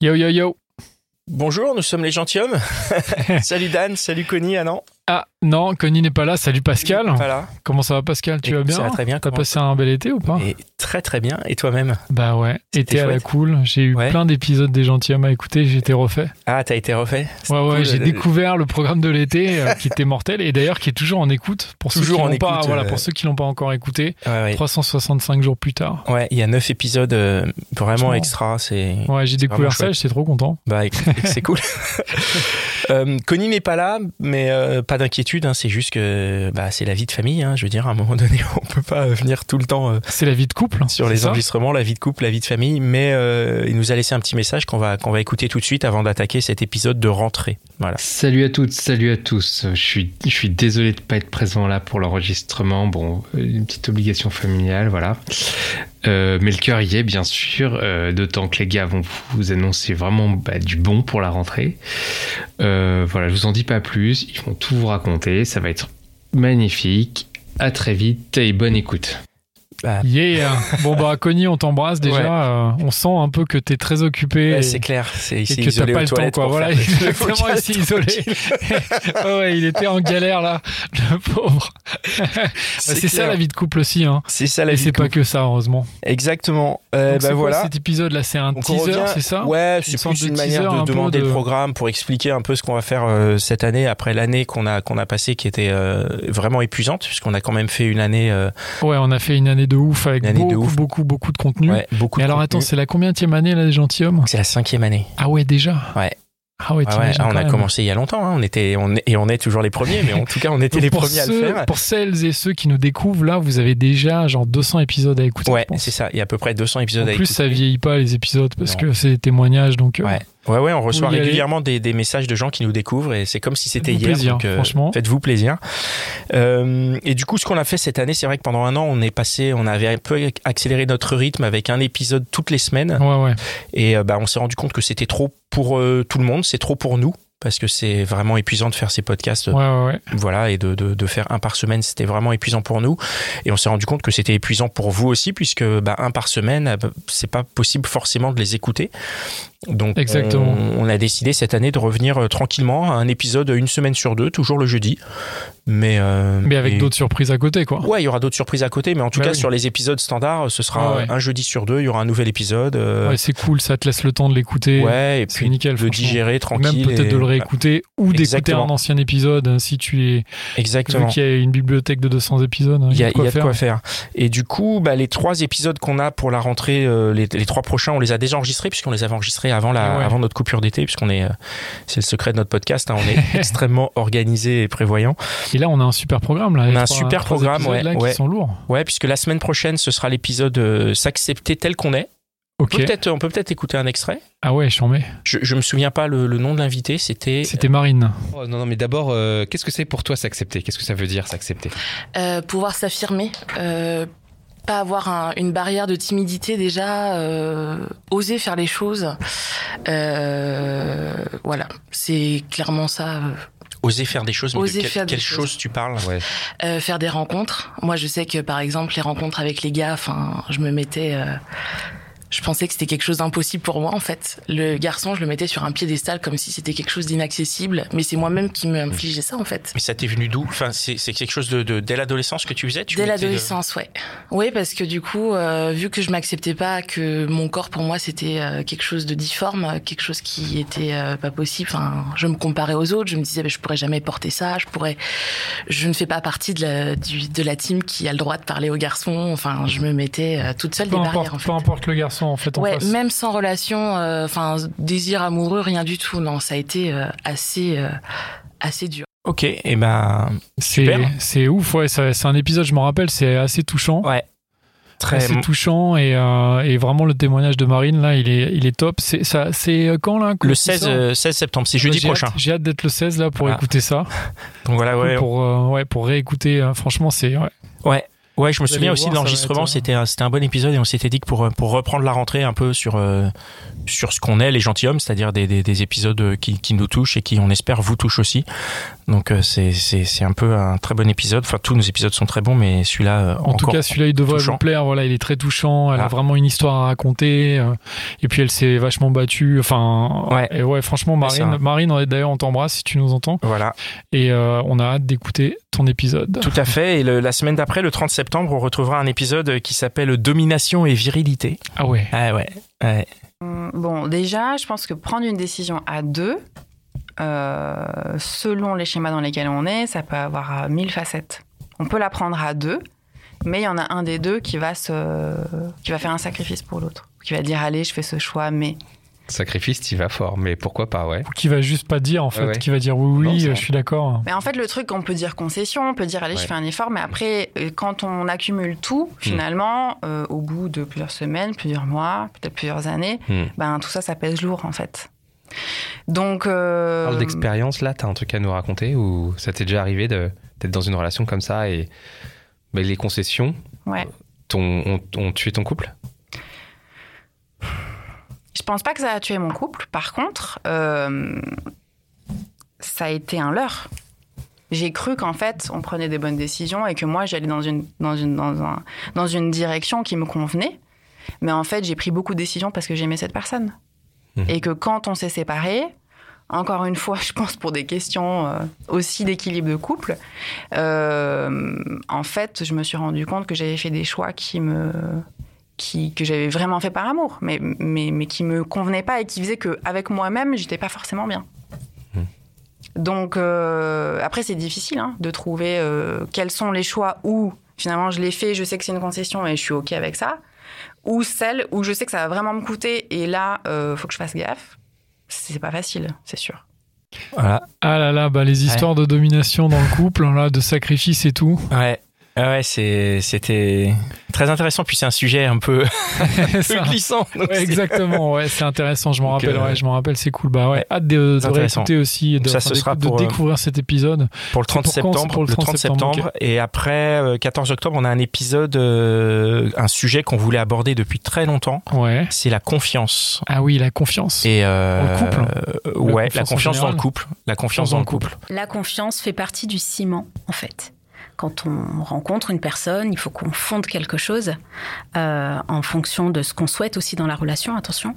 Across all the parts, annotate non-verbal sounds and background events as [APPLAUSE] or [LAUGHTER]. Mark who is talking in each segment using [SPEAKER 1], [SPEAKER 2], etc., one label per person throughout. [SPEAKER 1] Yo yo yo.
[SPEAKER 2] Bonjour, nous sommes
[SPEAKER 1] [LAUGHS]
[SPEAKER 2] les gentilshommes. salut Dan, salut Connie, ah non
[SPEAKER 1] Ah non, Connie n'est pas là. Salut Pascal.
[SPEAKER 2] Voilà.
[SPEAKER 1] Comment ça va Pascal Tu vas
[SPEAKER 2] Écoute,
[SPEAKER 1] bien
[SPEAKER 2] ça va très bien,
[SPEAKER 1] T'as
[SPEAKER 2] comment-
[SPEAKER 1] passé un bel été ou pas
[SPEAKER 2] Et très très bien, et toi-même
[SPEAKER 1] Bah ouais.
[SPEAKER 2] C'était
[SPEAKER 1] Été à la
[SPEAKER 2] chouette.
[SPEAKER 1] cool. J'ai eu
[SPEAKER 2] Ouais.
[SPEAKER 1] plein d'épisodes des gentilshommes à écouter. J'ai été refait.
[SPEAKER 2] Ah, t'as été refait
[SPEAKER 1] Ouais ouais.
[SPEAKER 2] cool,
[SPEAKER 1] J'ai
[SPEAKER 2] euh,
[SPEAKER 1] découvert le programme de l'été euh, qui était mortel et d'ailleurs qui est toujours en écoute pour
[SPEAKER 2] Toujours
[SPEAKER 1] ceux qui
[SPEAKER 2] en
[SPEAKER 1] l'ont pas.
[SPEAKER 2] écoute,
[SPEAKER 1] Voilà
[SPEAKER 2] euh,
[SPEAKER 1] pour ceux qui l'ont pas encore écouté.
[SPEAKER 2] Ouais, ouais.
[SPEAKER 1] 365 jours plus tard.
[SPEAKER 2] Ouais, il y a neuf épisodes euh, vraiment
[SPEAKER 1] Franchement.
[SPEAKER 2] extra, c'est
[SPEAKER 1] Ouais, j'ai
[SPEAKER 2] vraiment
[SPEAKER 1] découvert ça.
[SPEAKER 2] chouette.
[SPEAKER 1] J'étais trop content.
[SPEAKER 2] bah, écoute, [LAUGHS]
[SPEAKER 1] [LAUGHS]
[SPEAKER 2] c'est cool. Euh, Connie n'est pas là, mais euh, pas d'inquiétude, hein, c'est juste que bah, c'est la vie de famille, hein, je veux dire, à un moment donné, [LAUGHS] on peut pas venir tout le temps euh,
[SPEAKER 1] C'est la vie de couple.
[SPEAKER 2] sur
[SPEAKER 1] c'est
[SPEAKER 2] les
[SPEAKER 1] ça
[SPEAKER 2] enregistrements, la vie de couple, la vie de famille, mais euh, il nous a laissé un petit message qu'on va, qu'on va écouter tout de suite avant d'attaquer cet épisode de rentrée. Voilà.
[SPEAKER 3] Salut à toutes, salut à tous. Je suis, je suis désolé de pas être présent là pour l'enregistrement. Bon, une petite obligation familiale, voilà. Euh, mais le cœur y est, bien sûr. euh, D'autant que les gars vont vous annoncer vraiment bah, du bon pour la rentrée. Euh, voilà, je vous en dis pas plus. Ils vont tout vous raconter. Ça va être magnifique. À très vite et bonne écoute.
[SPEAKER 2] Bah,
[SPEAKER 1] Yeah. bon bah Connie, on t'embrasse déjà.
[SPEAKER 2] Ouais.
[SPEAKER 1] Euh, on sent un peu que t'es très occupé.
[SPEAKER 2] Ouais,
[SPEAKER 1] et-
[SPEAKER 2] c'est clair, c'est
[SPEAKER 1] et
[SPEAKER 2] ici
[SPEAKER 1] que t'as
[SPEAKER 2] isolé
[SPEAKER 1] pas
[SPEAKER 2] aux
[SPEAKER 1] le temps
[SPEAKER 2] toilettes
[SPEAKER 1] quoi
[SPEAKER 2] pour
[SPEAKER 1] voilà
[SPEAKER 2] faire
[SPEAKER 1] [LAUGHS]
[SPEAKER 2] [LAUGHS] le- le
[SPEAKER 1] exactement
[SPEAKER 2] podcast
[SPEAKER 1] ici
[SPEAKER 2] [LAUGHS]
[SPEAKER 1] isolé
[SPEAKER 2] tranquille.
[SPEAKER 1] Ouais, ouais, il était en galère là le pauvre c'est, ça
[SPEAKER 2] clair.
[SPEAKER 1] la vie de couple aussi hein
[SPEAKER 2] C'est ça la
[SPEAKER 1] et
[SPEAKER 2] vie.
[SPEAKER 1] c'est
[SPEAKER 2] de couple.
[SPEAKER 1] pas que ça heureusement
[SPEAKER 2] Exactement. Euh,
[SPEAKER 1] Donc, c'est
[SPEAKER 2] bah
[SPEAKER 1] quoi
[SPEAKER 2] voilà.
[SPEAKER 1] cet épisode là c'est un
[SPEAKER 2] Donc, on
[SPEAKER 1] teaser
[SPEAKER 2] revient-
[SPEAKER 1] c'est ça
[SPEAKER 2] Ouais, c'est
[SPEAKER 1] sorte
[SPEAKER 2] plus
[SPEAKER 1] de
[SPEAKER 2] une manière
[SPEAKER 1] teaser un
[SPEAKER 2] de
[SPEAKER 1] peu
[SPEAKER 2] demander
[SPEAKER 1] de-
[SPEAKER 2] le programme pour expliquer un peu ce qu'on va faire euh, cette année après l'année qu'on a qu'on a passée qui était euh, vraiment épuisante puisqu'on a quand même fait une année euh,
[SPEAKER 1] ouais on a fait une année de ouf avec
[SPEAKER 2] Une année de
[SPEAKER 1] beaucoup,
[SPEAKER 2] ouf.
[SPEAKER 1] beaucoup beaucoup de contenu
[SPEAKER 2] ouais, beaucoup.
[SPEAKER 1] mais
[SPEAKER 2] de
[SPEAKER 1] alors attends
[SPEAKER 2] contenu.
[SPEAKER 1] c'est la combientième année là des gentilshommes
[SPEAKER 2] c'est la cinquième année.
[SPEAKER 1] ah ouais déjà
[SPEAKER 2] Ouais.
[SPEAKER 1] ah ouais,
[SPEAKER 2] Ouais, ouais,
[SPEAKER 1] t'imagines
[SPEAKER 2] on
[SPEAKER 1] quand
[SPEAKER 2] a
[SPEAKER 1] même.
[SPEAKER 2] commencé il y a longtemps. hein. On était on est- et on est toujours les premiers, mais en tout cas on était
[SPEAKER 1] Donc,
[SPEAKER 2] les
[SPEAKER 1] pour,
[SPEAKER 2] premiers à le
[SPEAKER 1] ceux-
[SPEAKER 2] faire.
[SPEAKER 1] pour celles et ceux qui nous découvrent là vous avez déjà genre 200 épisodes à écouter
[SPEAKER 2] Ouais,
[SPEAKER 1] je pense.
[SPEAKER 2] c'est ça. Il y a à peu près 200
[SPEAKER 1] en
[SPEAKER 2] épisodes. à
[SPEAKER 1] plus ça
[SPEAKER 2] écouter.
[SPEAKER 1] vieillit pas les épisodes parce
[SPEAKER 2] Non.
[SPEAKER 1] que c'est des témoignages donc euh,
[SPEAKER 2] Ouais. Ouais, ouais, on reçoit
[SPEAKER 1] Vous y allez
[SPEAKER 2] régulièrement des, des messages de gens qui nous découvrent et c'est comme si c'était
[SPEAKER 1] Faites-vous
[SPEAKER 2] hier.
[SPEAKER 1] plaisir,
[SPEAKER 2] donc, euh,
[SPEAKER 1] franchement.
[SPEAKER 2] Faites-vous plaisir. Euh, et du coup, ce qu'on a fait cette année, c'est vrai que pendant un an, on est passé, on avait un peu accéléré notre rythme avec un épisode toutes les semaines
[SPEAKER 1] ouais ouais
[SPEAKER 2] et euh, bah, on s'est rendu compte que c'était trop pour euh, tout le monde, c'est trop pour nous parce que c'est vraiment épuisant de faire ces podcasts euh,
[SPEAKER 1] Ouais, ouais, ouais.
[SPEAKER 2] voilà, et de, de, de faire un par semaine, c'était vraiment épuisant pour nous. Et on s'est rendu compte que c'était épuisant pour vous aussi, puisque bah, un par semaine, euh, c'est pas possible forcément de les écouter. Donc,
[SPEAKER 1] Exactement.
[SPEAKER 2] On, on a décidé cette année de revenir euh, tranquillement à un épisode une semaine sur deux, toujours le jeudi. Mais, euh,
[SPEAKER 1] Mais avec
[SPEAKER 2] et-
[SPEAKER 1] d'autres surprises à côté, quoi.
[SPEAKER 2] Ouais, il y aura d'autres surprises à côté, mais en tout
[SPEAKER 1] Bah
[SPEAKER 2] cas,
[SPEAKER 1] oui.
[SPEAKER 2] sur les épisodes standards, ce sera
[SPEAKER 1] Ah ouais.
[SPEAKER 2] un jeudi sur deux, il y aura un nouvel épisode. euh,
[SPEAKER 1] Ouais, c'est cool, ça te laisse le temps de l'écouter.
[SPEAKER 2] ouais, et
[SPEAKER 1] c'est
[SPEAKER 2] puis
[SPEAKER 1] nickel,
[SPEAKER 2] de
[SPEAKER 1] franchement.
[SPEAKER 2] digérer
[SPEAKER 1] Et
[SPEAKER 2] tranquille.
[SPEAKER 1] Même peut-être
[SPEAKER 2] et-
[SPEAKER 1] de le réécouter ou d'écouter
[SPEAKER 2] Exactement.
[SPEAKER 1] un ancien épisode hein, si tu es. Vu
[SPEAKER 2] Exactement.
[SPEAKER 1] qu'il y a une bibliothèque de 200 épisodes, hein,
[SPEAKER 2] Il y a, il y a de
[SPEAKER 1] faire.
[SPEAKER 2] quoi faire. Et du coup, bah, les trois épisodes qu'on a pour la rentrée, euh, les, les trois prochains, on les a déjà enregistrés puisqu'on les avait enregistrés avant, la,
[SPEAKER 1] Ah ouais.
[SPEAKER 2] avant notre coupure d'été, puisqu'on est, euh, c'est le secret de notre podcast, hein, on [LAUGHS] est extrêmement organisé et prévoyant.
[SPEAKER 1] Et là, on a un super programme. Là,
[SPEAKER 2] On
[SPEAKER 1] les
[SPEAKER 2] a un
[SPEAKER 1] trois-
[SPEAKER 2] super
[SPEAKER 1] trois
[SPEAKER 2] programme,
[SPEAKER 1] épisodes,
[SPEAKER 2] ouais,
[SPEAKER 1] là,
[SPEAKER 2] ouais.
[SPEAKER 1] qui sont lourds.
[SPEAKER 2] Ouais, puisque la semaine prochaine, ce sera l'épisode euh, S'accepter tel qu'on est. On
[SPEAKER 1] Ok.
[SPEAKER 2] peut peut-être, on peut peut-être écouter un extrait.
[SPEAKER 1] Ah ouais, j'en mets.
[SPEAKER 2] Je, je me souviens pas le, le nom de l'invité, c'était.
[SPEAKER 1] C'était Marine.
[SPEAKER 3] Oh, non, non, mais d'abord, euh, qu'est-ce que c'est pour toi s'accepter Qu'est-ce que ça veut dire s'accepter
[SPEAKER 4] Euh, pouvoir s'affirmer, euh, pas avoir un- une barrière de timidité déjà, euh, oser faire les choses. Euh, voilà, c'est clairement ça. euh.
[SPEAKER 2] Oser faire des choses. Mais
[SPEAKER 4] Oser
[SPEAKER 2] de quel-
[SPEAKER 4] faire des
[SPEAKER 2] quelle chose
[SPEAKER 4] choses.
[SPEAKER 2] tu parles
[SPEAKER 4] Euh, faire des rencontres. Moi, je sais que par exemple, les rencontres avec les gars, enfin, je me mettais. euh, je pensais que c'était quelque chose d'impossible pour moi en fait. Le garçon, je le mettais sur un piédestal comme si c'était quelque chose d'inaccessible, mais c'est moi-même qui me infligeais ça en fait.
[SPEAKER 2] Mais ça t'est venu d'où Enfin, c'est, c'est quelque chose de, de- dès l'adolescence que tu faisais. Tu
[SPEAKER 4] Dès
[SPEAKER 2] mettais le-
[SPEAKER 4] l'adolescence, ouais. Oui, parce que du coup, euh, vu que je m'acceptais pas, que mon corps pour moi c'était euh, quelque chose de difforme, euh, quelque chose qui était euh, pas possible. Enfin, je me comparais aux autres, je me disais bah, je pourrais jamais porter ça, je pourrais, je ne fais pas partie de la, du- de la team qui a le droit de parler aux garçons. Enfin, je me mettais euh, toute seule
[SPEAKER 1] Peu
[SPEAKER 4] des barrières
[SPEAKER 1] importe,
[SPEAKER 4] en fait.
[SPEAKER 1] peu importe le garçon, en fait, en
[SPEAKER 4] Ouais,
[SPEAKER 1] face.
[SPEAKER 4] même sans relation, euh, enfin désir amoureux, rien du tout. Non, ça a été euh, assez, euh, assez dur.
[SPEAKER 2] Ok, et ben
[SPEAKER 1] C'est,
[SPEAKER 2] Super.
[SPEAKER 1] c'est ouf, ouais. ça- C'est un épisode, je m'en rappelle, c'est assez touchant.
[SPEAKER 2] ouais. très
[SPEAKER 1] assez touchant et, euh, et vraiment le témoignage de Marine là, il est, il est top. C'est ça, c'est euh, quand là
[SPEAKER 2] le 16, euh, 16 septembre, c'est jeudi
[SPEAKER 1] J'ai hâte-
[SPEAKER 2] prochain.
[SPEAKER 1] J'ai hâte d'être le 16 là pour
[SPEAKER 2] Ah.
[SPEAKER 1] écouter ça,
[SPEAKER 2] Donc voilà, ouais,
[SPEAKER 1] pour euh, ouais pour réécouter. euh, franchement, c'est ouais.
[SPEAKER 2] ouais. Ouais, je me
[SPEAKER 1] Vous
[SPEAKER 2] souviens
[SPEAKER 1] allez
[SPEAKER 2] aussi
[SPEAKER 1] voir, ça va
[SPEAKER 2] de l'enregistrement,
[SPEAKER 1] être, euh,
[SPEAKER 2] c'était un- c'était un bon épisode et on s'était dit que pour euh, pour reprendre la rentrée un peu sur euh, sur ce qu'on est les gentilshommes, c'est-à-dire des, des, des épisodes euh, qui, qui nous touchent et qui on espère vous touchent aussi. Donc euh, c'est c'est c'est un peu un très bon épisode. Enfin tous nos épisodes sont très bons, mais celui-là euh,
[SPEAKER 1] En tout
[SPEAKER 2] encore.
[SPEAKER 1] cas, celui-là, il devrait
[SPEAKER 2] touchant.
[SPEAKER 1] vous plaire. Voilà, il est très touchant. Elle
[SPEAKER 2] Ah.
[SPEAKER 1] a vraiment une histoire à raconter. euh, Et puis, elle s'est vachement battue. Enfin,
[SPEAKER 2] Ouais.
[SPEAKER 1] Et ouais, franchement,
[SPEAKER 2] Ouais, c'est
[SPEAKER 1] Marine,
[SPEAKER 2] un-
[SPEAKER 1] Marine, on- d'ailleurs, on t'embrasse si tu nous entends.
[SPEAKER 2] voilà,
[SPEAKER 1] Et euh, on a hâte d'écouter ton épisode.
[SPEAKER 2] tout à fait. Et le- la semaine d'après, le 30 septembre, on retrouvera un épisode euh, qui s'appelle Domination et virilité.
[SPEAKER 1] Ah ouais.
[SPEAKER 2] Ah ouais, ouais.
[SPEAKER 5] Bon, déjà, je pense que prendre une décision à deux, euh, selon les schémas dans lesquels on est, ça peut avoir euh, mille facettes. On peut la prendre à deux, mais il y en a un des deux qui va, se, qui va faire un sacrifice pour l'autre. Qui va dire, allez, je fais ce choix, mais...
[SPEAKER 3] Sacrifice, tu vas fort, mais pourquoi pas, ouais.
[SPEAKER 1] Ou qui va juste pas dire en fait,
[SPEAKER 3] Ouais, ouais.
[SPEAKER 1] qui va dire oui,
[SPEAKER 3] Non,
[SPEAKER 1] oui,
[SPEAKER 3] c'est vrai.
[SPEAKER 1] je suis d'accord.
[SPEAKER 5] Mais en fait, le truc, on peut dire concession, on peut dire, allez,
[SPEAKER 3] Ouais. Hmm.
[SPEAKER 5] je fais un effort, mais après, euh, quand on accumule tout, finalement, euh, au bout de plusieurs semaines, plusieurs mois, peut-être plusieurs années,
[SPEAKER 3] Hmm.
[SPEAKER 5] ben, tout ça, ça pèse lourd, en fait. Donc... euh,
[SPEAKER 3] Parle d'expérience, là, t'as un truc à nous raconter ou ça t'est déjà arrivé de- d'être dans une relation comme ça et ben, les concessions
[SPEAKER 5] Ouais.
[SPEAKER 3] t'ont- ont, ont tué ton couple
[SPEAKER 5] Je pense pas que ça a tué mon couple. Par contre, euh, ça a été un leurre. J'ai cru qu'en fait, on prenait des bonnes décisions et que moi, j'allais dans une, dans, une, dans, un- dans une direction qui me convenait. Mais en fait, j'ai pris beaucoup de décisions parce que j'aimais cette personne.
[SPEAKER 3] Mhm.
[SPEAKER 5] Et que quand on s'est séparés, encore une fois, [LAUGHS] je pense pour des questions euh, aussi d'équilibre de couple, euh, en fait, je me suis rendu compte que j'avais fait des choix qui me, qui, que j'avais vraiment fait par amour, mais, mais, mais qui me convenait pas et qui faisait qu'avec moi-même, j'étais pas forcément bien. Donc, euh, après, c'est difficile hein, de trouver euh, quels sont les choix où finalement je l'ai fait, je sais que c'est une concession et je suis OK avec ça, ou celles où je sais que ça va vraiment me coûter et là, euh, faut que je fasse gaffe. C'est pas facile, c'est sûr.
[SPEAKER 2] Voilà.
[SPEAKER 1] Ah là là, bah, les histoires de domination dans le couple, hein, là, de sacrifice et
[SPEAKER 2] [LAUGHS]
[SPEAKER 1] tout.
[SPEAKER 2] Ouais. Ah Ouais, c'est- c'était très intéressant. Puis c'est un sujet un [LAUGHS] peu, un peu
[SPEAKER 1] Ça-
[SPEAKER 2] glissant. [LAUGHS] donc
[SPEAKER 1] Ouais,
[SPEAKER 2] c'est-
[SPEAKER 1] exactement, ouais, c'est intéressant, je m'en
[SPEAKER 2] Donc,
[SPEAKER 1] rappelle,
[SPEAKER 2] euh,
[SPEAKER 1] ouais, je m'en rappelle, c'est cool. Bah ouais, hâte de, de
[SPEAKER 2] intéressant.
[SPEAKER 1] réécouter aussi, et de,
[SPEAKER 2] Donc ça, ce
[SPEAKER 1] d'écou-
[SPEAKER 2] sera
[SPEAKER 1] de
[SPEAKER 2] pour, euh,
[SPEAKER 1] découvrir cet épisode.
[SPEAKER 2] Pour le 30
[SPEAKER 1] C'est pour quand,
[SPEAKER 2] septembre.
[SPEAKER 1] c'est pour le 30 septembre,
[SPEAKER 2] Et après, euh, 14 octobre, on a un épisode, euh, un sujet qu'on voulait aborder depuis très longtemps.
[SPEAKER 1] Ouais.
[SPEAKER 2] C'est la confiance.
[SPEAKER 1] Ah oui, la confiance.
[SPEAKER 2] Et euh,
[SPEAKER 1] Dans le couple.
[SPEAKER 2] euh, ouais,
[SPEAKER 1] La
[SPEAKER 2] la
[SPEAKER 1] confiance en
[SPEAKER 2] confiance dans le
[SPEAKER 1] général.
[SPEAKER 2] couple. La confiance dans le couple.
[SPEAKER 6] La confiance fait partie du ciment, en fait. Quand on rencontre une personne, il faut qu'on fonde quelque chose euh, en fonction de ce qu'on souhaite aussi dans la relation, attention.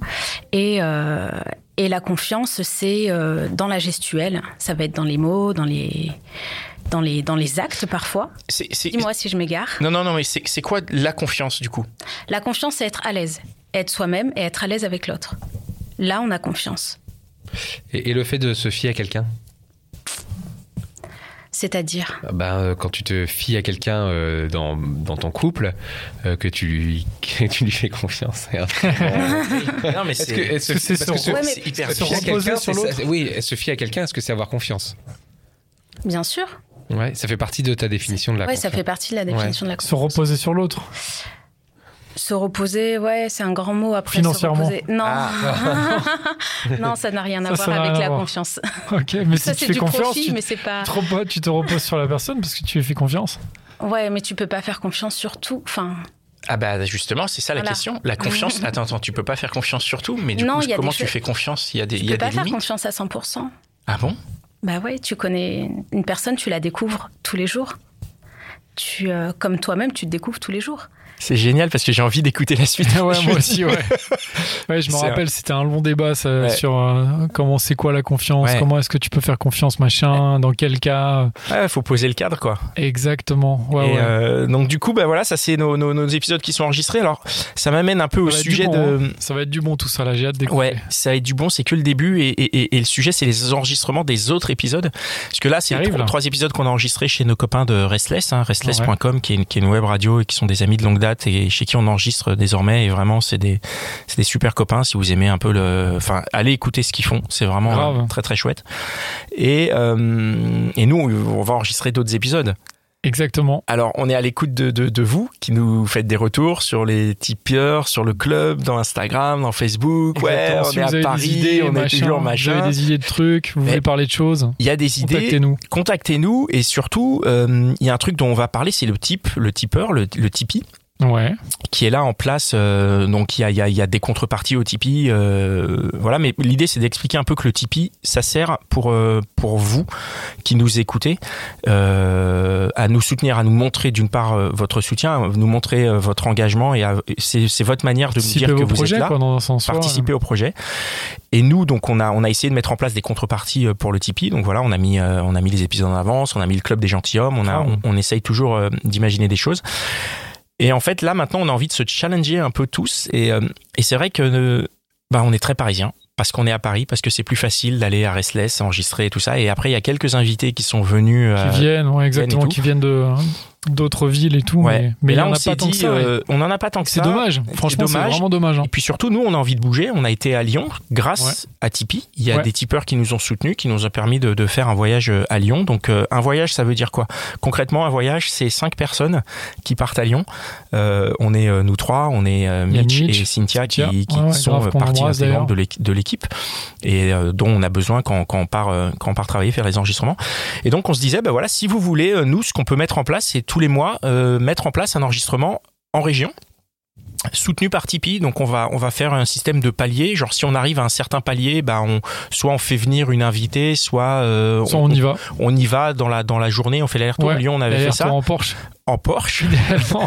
[SPEAKER 6] Et, euh, et la confiance, c'est euh, dans la gestuelle. Ça va être dans les mots, dans les, dans les, dans les actes parfois.
[SPEAKER 2] C'est- c'est-
[SPEAKER 6] Dis-moi si je m'égare.
[SPEAKER 2] Non, non, non, mais c'est c'est quoi la confiance du coup
[SPEAKER 6] La confiance, c'est être à l'aise. Être soi-même et être à l'aise avec l'autre. Là, on a confiance.
[SPEAKER 3] et, et le fait de se fier à quelqu'un
[SPEAKER 6] C'est-à-dire
[SPEAKER 3] Ah ben, euh, Quand tu te fies à quelqu'un euh, dans, dans ton couple, euh, que, tu lui, [LAUGHS] que tu lui fais confiance.
[SPEAKER 2] Non, mais
[SPEAKER 3] Est-ce
[SPEAKER 2] c'est
[SPEAKER 3] que, est-ce
[SPEAKER 1] que c'est
[SPEAKER 3] parce
[SPEAKER 1] sur-
[SPEAKER 3] que se-
[SPEAKER 6] Ouais, mais-
[SPEAKER 2] c'est hyper
[SPEAKER 3] se
[SPEAKER 1] sur-
[SPEAKER 3] fier à
[SPEAKER 1] reposer
[SPEAKER 3] quelqu'un, c'est
[SPEAKER 1] sur
[SPEAKER 3] ça-
[SPEAKER 1] l'autre.
[SPEAKER 3] Oui, se fier à quelqu'un, est-ce que c'est avoir confiance
[SPEAKER 6] Bien sûr.
[SPEAKER 3] Ouais, ça fait partie de ta définition de la
[SPEAKER 6] Oui, ça fait partie de la définition de la
[SPEAKER 1] Se
[SPEAKER 6] confiance.
[SPEAKER 1] reposer sur l'autre. [LAUGHS]
[SPEAKER 6] Se reposer, ouais, c'est un grand mot après. se
[SPEAKER 1] Financièrement.
[SPEAKER 6] reposer. Non.
[SPEAKER 2] Ah.
[SPEAKER 6] [LAUGHS] non, ça n'a rien à
[SPEAKER 1] Ça,
[SPEAKER 6] voir
[SPEAKER 1] ça n'a
[SPEAKER 6] avec
[SPEAKER 1] rien à
[SPEAKER 6] la
[SPEAKER 1] voir.
[SPEAKER 6] confiance.
[SPEAKER 1] Ok, mais
[SPEAKER 6] ça,
[SPEAKER 1] si tu
[SPEAKER 6] c'est
[SPEAKER 1] fais
[SPEAKER 6] du
[SPEAKER 1] confiance,
[SPEAKER 6] profit,
[SPEAKER 1] tu,
[SPEAKER 6] mais c'est pas.
[SPEAKER 1] te reposes, tu te reposes sur la personne parce que tu lui fais
[SPEAKER 2] [LAUGHS]
[SPEAKER 1] confiance.
[SPEAKER 6] Ouais, mais tu peux pas faire confiance sur tout. Enfin,
[SPEAKER 2] Ah bah justement, c'est ça la
[SPEAKER 6] Voilà.
[SPEAKER 2] question. La
[SPEAKER 6] [LAUGHS]
[SPEAKER 2] confiance. attends, attends, tu peux pas faire confiance sur tout, mais du
[SPEAKER 6] Non,
[SPEAKER 2] coup,
[SPEAKER 6] il y a
[SPEAKER 2] comment
[SPEAKER 6] des
[SPEAKER 2] tu
[SPEAKER 6] choses-
[SPEAKER 2] fais confiance Il y a des,
[SPEAKER 6] tu
[SPEAKER 2] il y a
[SPEAKER 6] peux
[SPEAKER 2] des
[SPEAKER 6] pas faire
[SPEAKER 2] limites.
[SPEAKER 6] confiance à 100%.
[SPEAKER 2] Ah bon
[SPEAKER 6] Bah ouais, tu connais une personne, tu la découvres tous les jours. Tu, euh, comme toi-même, tu te découvres tous les jours.
[SPEAKER 2] C'est génial parce que j'ai envie d'écouter la [LAUGHS] suite.
[SPEAKER 1] Ah ouais, moi aussi, ouais. Ouais, je me
[SPEAKER 2] C'est un-
[SPEAKER 1] rappelle, c'était un long débat ça,
[SPEAKER 2] Ouais.
[SPEAKER 1] sur euh, comment c'est quoi la confiance,
[SPEAKER 2] Ouais.
[SPEAKER 1] comment est-ce que tu peux faire confiance, machin, dans quel cas.
[SPEAKER 2] Ouais, faut poser le cadre, quoi.
[SPEAKER 1] Exactement. Ouais,
[SPEAKER 2] Et,
[SPEAKER 1] ouais.
[SPEAKER 2] euh, donc du coup, bah voilà, ça c'est nos, nos- nos épisodes qui sont enregistrés. Alors, ça m'amène un peu euh, au
[SPEAKER 1] Ça va être du
[SPEAKER 2] sujet
[SPEAKER 1] bon,
[SPEAKER 2] de.
[SPEAKER 1] hein. Ça va être du bon tout ça, là, j'ai hâte d'écouter.
[SPEAKER 2] Ouais, ça va être du bon, c'est que le début et, et- et- et le sujet, c'est les enregistrements des autres épisodes. Parce que là, c'est les
[SPEAKER 1] Arrive,
[SPEAKER 2] trois,
[SPEAKER 1] là.
[SPEAKER 2] trois épisodes qu'on a enregistrés chez nos copains de Restless, hein, restless.com, qui, est une, qui est une web radio et qui sont des amis de longue date et chez qui on enregistre désormais. Et vraiment, c'est des, c'est des super copains. Si vous aimez un peu le, enfin, allez écouter ce qu'ils font. C'est vraiment
[SPEAKER 1] Grave.
[SPEAKER 2] euh, très très chouette. Et, euh, et nous, on va enregistrer d'autres épisodes.
[SPEAKER 1] Exactement.
[SPEAKER 2] Alors, on est à l'écoute de, de, de vous qui nous faites des retours sur les tipeurs, sur le club, dans Instagram, dans Facebook. Ouais,
[SPEAKER 1] Exactement.
[SPEAKER 2] on
[SPEAKER 1] Si
[SPEAKER 2] est
[SPEAKER 1] vous
[SPEAKER 2] à
[SPEAKER 1] avez
[SPEAKER 2] Paris,
[SPEAKER 1] des idées,
[SPEAKER 2] on
[SPEAKER 1] machin,
[SPEAKER 2] est toujours
[SPEAKER 1] Vous
[SPEAKER 2] machin.
[SPEAKER 1] avez des idées de trucs, vous
[SPEAKER 2] Mais-
[SPEAKER 1] voulez parler de choses,
[SPEAKER 2] Il y a des idées.
[SPEAKER 1] contactez-nous.
[SPEAKER 2] Contactez-nous et surtout, euh, il y a un truc dont on va parler, c'est le type, le tipeur, le, le Tipeee,
[SPEAKER 1] Ouais.
[SPEAKER 2] qui est là en place. euh, donc il y a, il y a- il y a des contreparties au Tipeee, euh, voilà. Mais l'idée, c'est d'expliquer un peu que le Tipeee, ça sert pour euh, pour vous qui nous écoutez euh, à nous soutenir, à nous montrer d'une part euh, votre soutien, à nous montrer euh, votre engagement et, à- et c'est c'est votre manière de nous
[SPEAKER 1] Participez
[SPEAKER 2] dire que
[SPEAKER 1] au
[SPEAKER 2] vous
[SPEAKER 1] projet,
[SPEAKER 2] êtes là
[SPEAKER 1] quoi, dans un sens.
[SPEAKER 2] participer au projet. Et nous, donc, on a, on a essayé de mettre en place des contreparties euh, pour le Tipeee. Donc voilà, on a mis, euh, on a mis les épisodes en avance, on a mis le club des gentilshommes, on, a,
[SPEAKER 1] Ah oui.
[SPEAKER 2] on, on essaye toujours euh, d'imaginer des choses. Et en fait, là, maintenant, on a envie de se challenger un peu tous. Et, euh, et c'est vrai que, euh, bah, on est très parisien. Parce qu'on est à Paris, parce que c'est plus facile d'aller à Restless, enregistrer et tout ça. Et après, il y a quelques invités qui sont venus. euh,
[SPEAKER 1] Qui viennent, ouais, exactement,
[SPEAKER 2] tout.
[SPEAKER 1] qui viennent de d'autres villes et tout.
[SPEAKER 2] ouais.
[SPEAKER 1] Mais, mais
[SPEAKER 2] Et
[SPEAKER 1] il y
[SPEAKER 2] là,
[SPEAKER 1] en
[SPEAKER 2] on
[SPEAKER 1] a
[SPEAKER 2] s'est
[SPEAKER 1] pas tant
[SPEAKER 2] dit,
[SPEAKER 1] que ça. ouais.
[SPEAKER 2] euh, on en a pas tant que
[SPEAKER 1] C'est
[SPEAKER 2] ça.
[SPEAKER 1] dommage. Franchement, c'est
[SPEAKER 2] dommage.
[SPEAKER 1] vraiment dommage. hein.
[SPEAKER 2] Et puis surtout, nous, on a envie de bouger. On a été à Lyon grâce à Tipeee. Il y a
[SPEAKER 1] Ouais.
[SPEAKER 2] des tipeurs qui nous ont soutenus, qui nous ont permis de, de faire un voyage euh, à Lyon. Donc, euh, un voyage, ça veut dire quoi Concrètement, un voyage, c'est cinq personnes qui partent à Lyon. Euh, on est euh, nous trois, on est euh,
[SPEAKER 1] Il y a
[SPEAKER 2] Mitch,
[SPEAKER 1] Mitch,
[SPEAKER 2] et Cynthia qui,
[SPEAKER 1] Cynthia.
[SPEAKER 2] qui
[SPEAKER 1] Ouais, ouais,
[SPEAKER 2] sont
[SPEAKER 1] grave,
[SPEAKER 2] euh,
[SPEAKER 1] qu'on
[SPEAKER 2] partie
[SPEAKER 1] embrasse,
[SPEAKER 2] intégrante de l'équ- de l'équipe et euh, dont on a besoin quand, quand, on part, euh, quand on part travailler, faire les enregistrements. Et donc on se disait, ben voilà, si vous voulez, euh, nous, ce qu'on peut mettre en place, c'est tous les mois euh, mettre en place un enregistrement en région soutenu par Tipeee, donc on va on va faire un système de paliers, genre si on arrive à un certain palier, bah on soit on fait venir une invitée, soit, euh,
[SPEAKER 1] Soit on y va.
[SPEAKER 2] on y va dans la dans la journée, on fait l'aller-retour.
[SPEAKER 1] Ouais,
[SPEAKER 2] Lyon, on avait fait
[SPEAKER 1] D'ailleurs,
[SPEAKER 2] ça
[SPEAKER 1] en Porsche.
[SPEAKER 2] en Porsche,
[SPEAKER 1] [LAUGHS] Idéalement.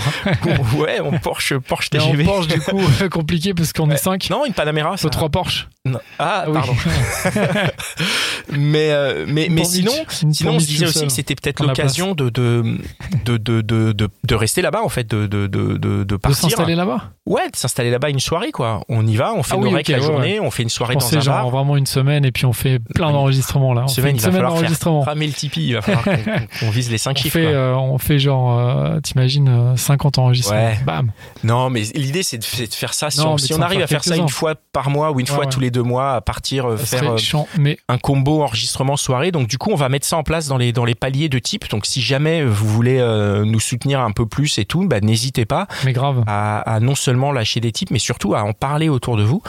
[SPEAKER 2] ouais, en Porsche Porsche
[SPEAKER 1] Mais en
[SPEAKER 2] TGV.
[SPEAKER 1] Porsche, du coup, compliqué parce qu'on est 5.
[SPEAKER 2] Non, une Panamera,
[SPEAKER 1] Faut
[SPEAKER 2] ça.
[SPEAKER 1] 3 Porsche.
[SPEAKER 2] Non. Ah,
[SPEAKER 1] oui.
[SPEAKER 2] pardon. mais euh, mais
[SPEAKER 1] Une
[SPEAKER 2] mais
[SPEAKER 1] pour
[SPEAKER 2] sinon,
[SPEAKER 1] Mitch, une
[SPEAKER 2] Sinon,
[SPEAKER 1] pour
[SPEAKER 2] on se
[SPEAKER 1] Mitch
[SPEAKER 2] disait
[SPEAKER 1] tout
[SPEAKER 2] aussi
[SPEAKER 1] seul.
[SPEAKER 2] que c'était peut-être
[SPEAKER 1] Prends la
[SPEAKER 2] l'occasion de de, de, de, de, de- de rester là-bas, en fait, de, de, de, de, de
[SPEAKER 1] de
[SPEAKER 2] partir.
[SPEAKER 1] s'installer là-bas.
[SPEAKER 2] ouais, de s'installer là-bas une soirée, quoi. On y va, on fait
[SPEAKER 1] Ah
[SPEAKER 2] nos
[SPEAKER 1] oui,
[SPEAKER 2] règles
[SPEAKER 1] ok,
[SPEAKER 2] la
[SPEAKER 1] ouais,
[SPEAKER 2] journée, on fait une soirée
[SPEAKER 1] On
[SPEAKER 2] dans
[SPEAKER 1] sait
[SPEAKER 2] un
[SPEAKER 1] genre
[SPEAKER 2] bar.
[SPEAKER 1] vraiment une semaine et puis on fait plein d'enregistrements là. On
[SPEAKER 2] Semaine,
[SPEAKER 1] fait une
[SPEAKER 2] il va
[SPEAKER 1] semaine
[SPEAKER 2] falloir faire
[SPEAKER 1] d'enregistrement.
[SPEAKER 2] Ramer le Tipeee, il
[SPEAKER 1] [LAUGHS]
[SPEAKER 2] va falloir [LAUGHS] qu'on- qu'on qu'on vise les
[SPEAKER 1] On
[SPEAKER 2] 5 chiffres.
[SPEAKER 1] fait,
[SPEAKER 2] quoi.
[SPEAKER 1] euh, on fait genre, euh, t'imagines, euh, 50 enregistrements.
[SPEAKER 2] Ouais.
[SPEAKER 1] Bam.
[SPEAKER 2] Non, mais l'idée, c'est de, c'est de faire ça. Si
[SPEAKER 1] euh, Non,
[SPEAKER 2] on,
[SPEAKER 1] mais
[SPEAKER 2] si
[SPEAKER 1] de
[SPEAKER 2] on
[SPEAKER 1] s'en
[SPEAKER 2] arrive
[SPEAKER 1] faire
[SPEAKER 2] à faire ça
[SPEAKER 1] quelques-uns.
[SPEAKER 2] une fois par mois ou une
[SPEAKER 1] Ouais,
[SPEAKER 2] fois
[SPEAKER 1] ouais.
[SPEAKER 2] tous les deux mois, à partir euh,
[SPEAKER 1] Ça
[SPEAKER 2] faire
[SPEAKER 1] serait
[SPEAKER 2] euh,
[SPEAKER 1] chiant, mais
[SPEAKER 2] un combo enregistrement soirée. Donc du coup, on va mettre ça en place dans les dans les paliers de type. Donc si jamais vous voulez euh, nous soutenir un peu plus et tout, bah, n'hésitez pas.
[SPEAKER 1] mais grave.
[SPEAKER 2] à, à non seulement lâcher des types, mais surtout à en parler autour de vous.